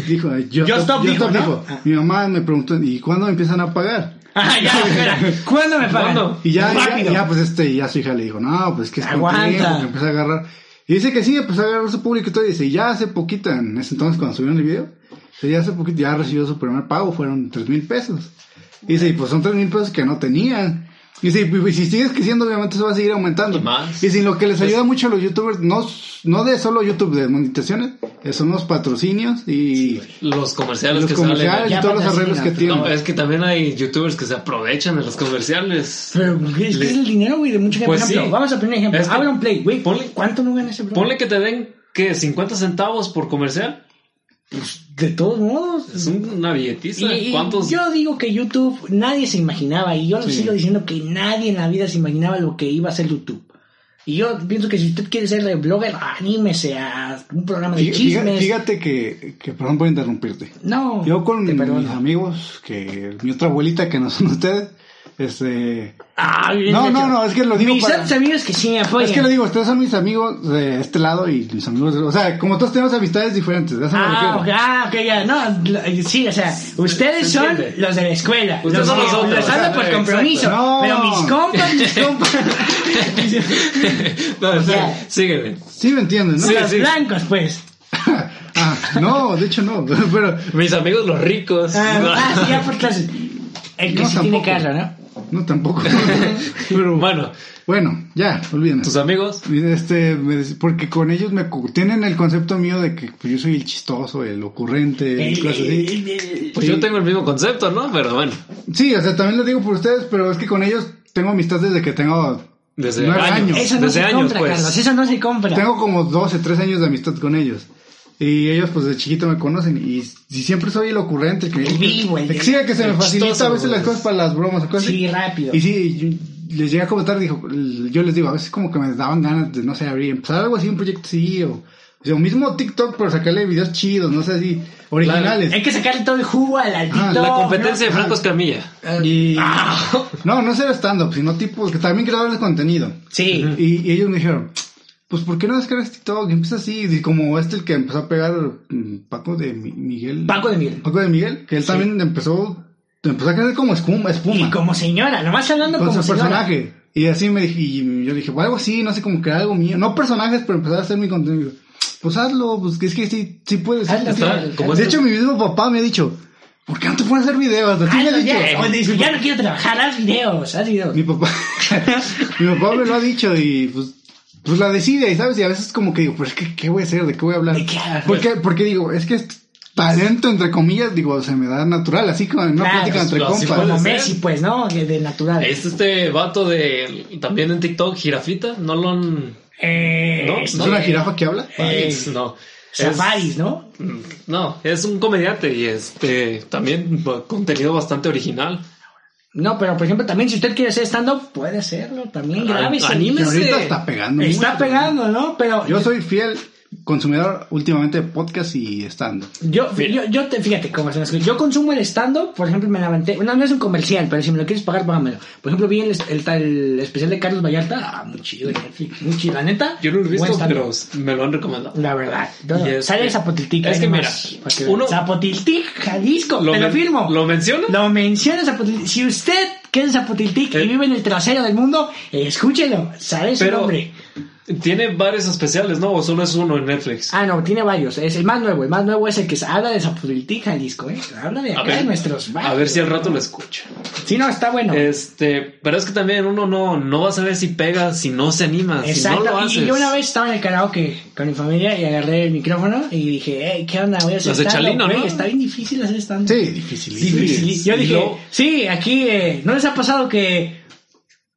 dijo, yo, Just Stop dijo, ¿no? Ah. mi mamá me preguntó, ¿y cuándo me empiezan a pagar? *laughs* Ah, ya, espera. ¿Cuándo me pagan? ¿Cuándo? Y ya, ya, Rápido. ya, pues este, ya su hija le dijo, no, pues que es con Aguanta. tiempo, que empezó a agarrar. Y dice que sí, empezó a agarrar su público y todo. Y dice, ya hace poquito, en ese entonces cuando subieron el video, dice, ya hace poquito, ya recibió su primer pago, fueron tres mil pesos. Y dice, y pues son tres mil pesos que no tenían. Y dice, y, y si sigues creciendo, obviamente eso va a seguir aumentando. Y más. Pues Y si lo que les ayuda mucho a los youtubers, no, no de solo YouTube, de monetizaciones, eh, son los patrocinios y Los comerciales los que comerciales Ya y todos los arreglos que patrocinan, tienen. salen. No, es que también hay youtubers que se aprovechan de los comerciales. Pero güey, es que Le- es el dinero, güey, de mucha gente. Pues por ejemplo, sí. vamos a poner un ejemplo. Es que- Abra un play, güey. Ponle- ¿Cuánto no gana ese bro? Ponle que te den, ¿qué? 50 centavos por comercial. De todos modos. Es una billetiza. Y- y ¿Cuántos? Yo digo que YouTube, nadie se imaginaba, y yo lo Sí. sigo diciendo que nadie en la vida se imaginaba lo que iba a ser YouTube. Y yo pienso que si usted quiere ser eh, blogger, anímese a un programa de Fí- Fíjate, chismes. fíjate que, que, perdón por interrumpirte. No, Yo con te mis perdono. amigos, que mi otra abuelita que no *laughs* son ustedes, este... Ah, bien No, hecho. no, no, es que lo digo Mis para- santos amigos que sí me apoyan. Es que le digo, ustedes son mis amigos de este lado y mis amigos... de- O sea, como todos tenemos amistades diferentes, de eso me Ah, refiero. ok, ah, ok, ya, no, lo- sí, o sea, ustedes se son entiende. los de la escuela, Ustedes los son que- los otros, los ando por exacto. compromiso, No. pero mis compas, mis *laughs* compas, *laughs* No, espera, Ya. síguele. Sí me entienden, ¿no? Sí. los blancos, pues. *laughs* Ah, no, de hecho no, *laughs* pero... Mis amigos los ricos. Ah, ah, sí, ya por clases. El que No, sí tiene tampoco. carro, ¿no? No, *laughs* tampoco. pero bueno, bueno, ya, olviden. *laughs* tus amigos. Este, me des- porque con ellos me cu- tienen el concepto mío de que pues, yo soy el chistoso, el ocurrente, El- cosas así. el- el- Pues Sí. yo tengo el mismo concepto, ¿no? Pero bueno, Sí, o sea, también lo digo por ustedes, pero es que con ellos tengo amistad desde que tengo... desde Nueve años. años. Eso no desde se años, compra, pues. Carlos, eso no se compra. Tengo como 12, 13 años de amistad con ellos. Y ellos pues de chiquito me conocen y, y siempre soy el ocurrente, el que... El vivo, el- que sí, que se me el facilita chistoso, a veces las pues. cosas para las bromas o cosas Sí, así. rápido. Y sí, yo- les llegué a comentar, dijo, yo les digo, a veces como que me daban ganas de, no sé, abrir, empezar algo así, un proyecto así, o, o sea, mismo TikTok, pero sacarle videos chidos, no sé, así, originales. Hay que sacarle todo el jugo al al Ah, TikTok, La ¿no? competencia de Franco Escamilla. Y... ah. No, no ser stand-up, sino tipos que también creadores de contenido. Sí. Y, y ellos me dijeron, pues ¿por qué no descargas TikTok? Y empieza así, y como este el que empezó a pegar mm, Paco de Mi- Miguel. Paco de Miguel. Paco de Miguel, que él también empezó, empezó a crecer como espuma, espuma Y como señora, nomás hablando con como su señora. personaje. Y así me dije, y yo dije, pues algo así, no sé, como crear algo mío. No personajes, pero empezar a hacer mi contenido. Pues hazlo, pues que es que sí, sí puedes. Hazlo, Sí. está, como de esto- hecho, mi mismo papá me ha dicho, ¿por qué no te pones a hacer videos? Así me ha Hazlo dicho. Ah, ya, cuando dices, ya no *laughs* quiero trabajar, haz videos, haz videos. Mi papá, mi papá me lo ha dicho y pues pues la decide, y ¿sabes? Y a veces como que digo, pues ¿qué, qué voy a hacer? ¿De qué voy a hablar? ¿De qué hablo? Porque, porque digo, es que es talento, entre comillas, digo, se me da natural, así como en una Claro, pues, plática entre claro, así compas. Como Puede ser. Messi, pues, ¿no? Que De natural. Es este vato de. También en TikTok, Jirafita. No lo han. Eh, No, ¿Es no. una jirafa que habla? Eh, Alex, no. Es- Safaris, ¿no? No, es un comediante y este. También ba- contenido bastante original. No, pero por ejemplo, también si usted quiere hacer stand-up, puede hacerlo también. An- Grábese. Y anímese. ahorita está pegando. Está mucho. pegando, ¿no? Pero Yo soy fiel consumidor últimamente de podcast y stand Yo, yo, yo te, fíjate cómo se me escribe. Yo consumo el stand-up, por ejemplo, me levanté. No, no es un comercial, pero si me lo quieres pagar, págamelo. Por ejemplo, vi el, es- el, tal- el especial de Carlos Vallarta. Ah, muy chido, en Netflix, muy chido. La neta. Yo no lo he buen visto, stand-up. pero me lo han recomendado. La verdad. Y No, es sale que- el Zapotiltic. es ahí que nomás, mira, para que vean. uno- Zapotiltic, Jalisco, te lo men- firmo. ¿Lo menciona? Lo menciona Zapotiltic. Si usted que es de Zapotiltic Eh. y vive en el trasero del mundo, escúchelo. ¿Sabe su Pero- nombre? Tiene varios especiales, ¿no? O solo es uno en Netflix. Ah, no, tiene varios. Es el más nuevo. El más nuevo es el que se habla de Zapotiltic, Jalisco, ¿eh? Habla de acá, de nuestros a barrios. ver si al rato lo escucho. Sí, Ah, no, está bueno. Este, pero es que también uno no, no va a saber si pega, si no se anima, Exacto. si no lo Y- haces. y yo una vez estaba en el karaoke con mi familia y agarré el micrófono y dije, hey, ¿qué onda? Voy a hacer Los de stand-up, Chalino, güey. ¿no? Está bien difícil hacer stand-up. Sí, difícil. Sí, ¿eh? sí, Yo y dije, luego- sí, aquí eh, no les ha pasado que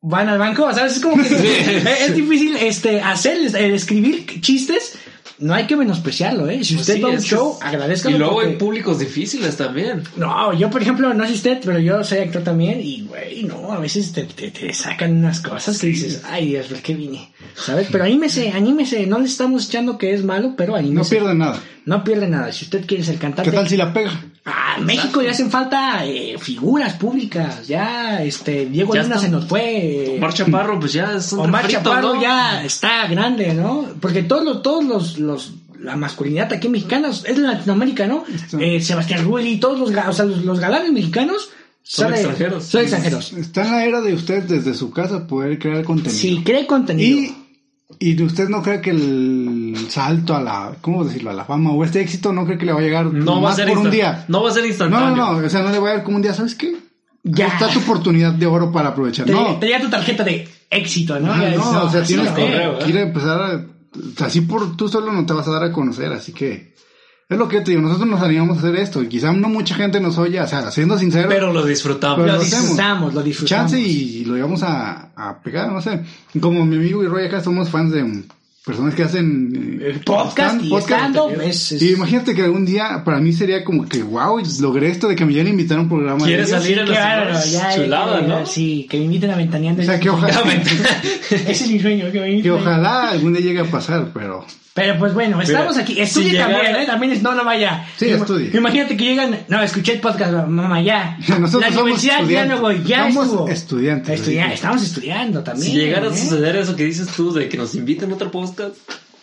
van al banco, ¿sabes? Es como *laughs* que es, es difícil este, hacer, eh, escribir chistes. No hay que menospreciarlo, ¿eh? Si Pues usted sí, va a un es que show, es- agradezca. Y luego hay públicos difíciles también. No, yo por ejemplo, no sé usted, pero yo soy actor también y, güey, no, a veces te, te- te sacan unas cosas que dices, ay Dios, ¿por qué vine? ¿Sabes? Pero anímese, anímese, no le estamos echando que es malo, pero No anímese. pierde nada. No pierde nada, si usted quiere ser cantante. ¿Qué tal si la pega? Ah, en México ya hacen falta eh, figuras públicas, ya, este, Diego Ya Luna está. se nos fue. eh, Omar Chaparro, pues ya es un Omar refrito, Chaparro ¿no? ya está grande, ¿no? Porque todos los, todos los, los- la masculinidad aquí mexicana es de Latinoamérica, ¿no? Sí. Eh, Sebastián Rulli, todos los, ga- o sea, los, los galanes mexicanos Son sale- extranjeros. Son extranjeros. Está en la era de usted desde su casa poder crear contenido. Si cree contenido. Y, y de usted no cree que el salto a la, ¿cómo decirlo? A la fama o este éxito no cree que le va a llegar No va a más ser por un instan- día. No va a ser No, no, instantáneo. no, o sea, no le va a dar como un día, ¿sabes qué? Ya. Ya. está tu oportunidad de oro para aprovechar. te, no, te llega tu tarjeta de éxito, ¿no? Ah, Ya dices, no, o sea, así tienes no que es. correo, ¿eh? quiere empezar a, así por tú solo no te vas a dar a conocer, así que es lo que yo te digo, nosotros nos animamos a hacer esto y quizá no mucha gente nos oye, o sea, siendo sincero, Pero lo disfrutamos. Pero Lo lo hacemos. disfrutamos, lo disfrutamos. chance y lo llevamos a, a pegar, no sé. Como mi amigo y Roy acá somos fans de mm, personas que hacen eh, Podcast stand- y podcast. stand-up es- es- Y imagínate que algún día para mí sería como que wow, logré esto de que me lleguen a invitar a un programa. de ¿Quieres ellos. salir en Qué los bárbaro, señores? ya, ya, Chulada, ya, ¿no? Sí, que me inviten a ventaneando. O sea, Ese que es mi ojalá- *laughs* sueño. *laughs* Ese es mi sueño, que me Que inviten. ojalá algún día llegue a pasar, pero Pero pues bueno, estamos Mira, aquí. Estudie si llega- también, ¿eh? También es, no, no vaya. Sí, Ima- estudie. Imagínate que llegan, no, escuché el podcast, mamá, ya. Nosotros La somos universidad ya estudiantes. no voy, ya Somos estuvo. estudiantes, ¿eh? Estudia- así que- estamos estudiando también. Si llegara a ¿eh? suceder eso que dices tú de que nos inviten a otro podcast,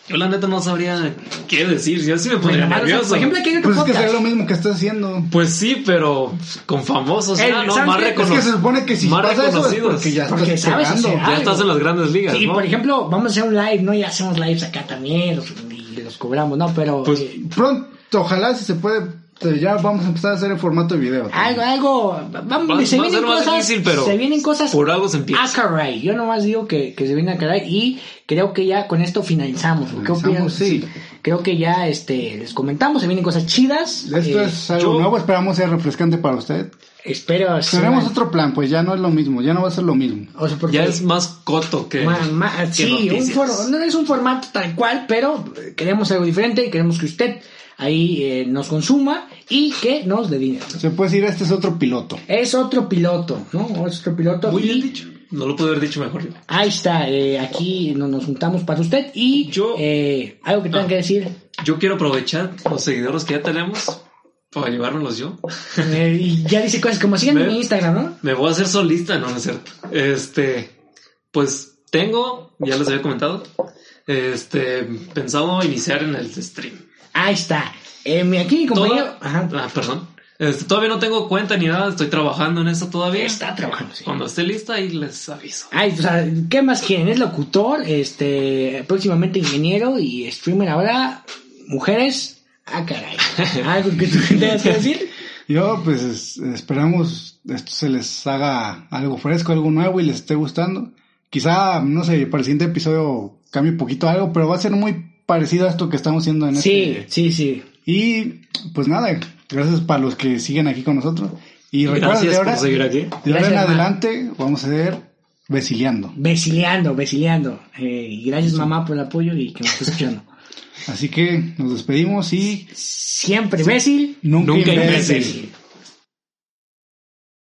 yo la neta no sabría qué decir. Yo sí me Bueno, pondría Maru, nervioso. Por ejemplo, aquí hay otro pues es que podcast. sería lo mismo que estás haciendo. Pues sí, pero con famosos, Eh, ya, ¿no? ¿sabes Más qué? Es que Es que se reconocidos. supone que si Más pasa eso es reconocidos. porque ya Porque estás sabes pegando. hacer Ya estás en las grandes ligas, Sí, ¿no? por ejemplo, vamos a hacer un live, ¿no? Ya hacemos lives acá también, los, y los cobramos, ¿no? Pero Pues, eh, Pronto, ojalá si se puede, te- ya vamos a empezar a hacer el formato de video. algo, algo, vamos, Va- se va a vienen ser más cosas, difícil, pero se vienen cosas por algo se empieza. Ah, caray. Yo nomás digo que, que se viene a caray y creo que ya con esto finalizamos. ¿o ¿Qué Finalizamos, opinan? sí. Creo que ya este les comentamos, se vienen cosas chidas. Esto Eh, es algo yo- nuevo, esperamos sea refrescante para usted. Espero. se Tenemos van- otro plan, pues ya no es lo mismo, ya no va a ser lo mismo. O sea, porque Ya es más coto que. ma- ma- que sí, un noticias. for- no es un formato tal cual, pero eh, queremos algo diferente y queremos que usted ahí eh, nos consuma y que nos dé dinero. Se puede decir, este es otro piloto. Es otro piloto, ¿no? Es otro piloto. Muy bien y- dicho. No lo pude haber dicho mejor yo. Ahí está, eh, aquí no- nos juntamos para usted y Yo- eh, algo que tengan Ah. que decir. Yo quiero aprovechar los seguidores que ya tenemos para llevármelos yo. Eh, y ya dice cosas como síganme en ¿Ves? mi Instagram, ¿no? Me voy a hacer solista, no, no es cierto. Este, pues tengo, ya les había comentado, este, pensado iniciar en el stream. Ahí está. Eh, mi- aquí mi compañero. Toda- Ajá. Ah, perdón. Este, todavía no tengo cuenta ni nada, estoy trabajando en eso todavía. Está trabajando, sí. Cuando esté lista ahí les aviso. Ay, o sea, ¿qué más quieren? Es locutor, este, próximamente ingeniero y streamer ahora. Mujeres. Ah, *laughs* caray. Algo que tú tengas que decir. Yo, pues es- esperamos esto se les haga algo fresco, algo nuevo y les esté gustando. Quizá, no sé, para el siguiente episodio cambie un poquito algo, pero va a ser muy parecido a esto que estamos haciendo en sí, este. sí, sí. Y pues nada, gracias para los que siguen aquí con nosotros. Y recuerda de Gracias ahora, por seguir de aquí. ahora Gracias, en ma. adelante vamos a ser Vesileando. Vecileando, vecileando. Eh, y gracias mamá por el apoyo y que me esté escuchando. Así que nos despedimos y Siempre bécil. nunca, Nunca imbécil. imbécil. Bécil.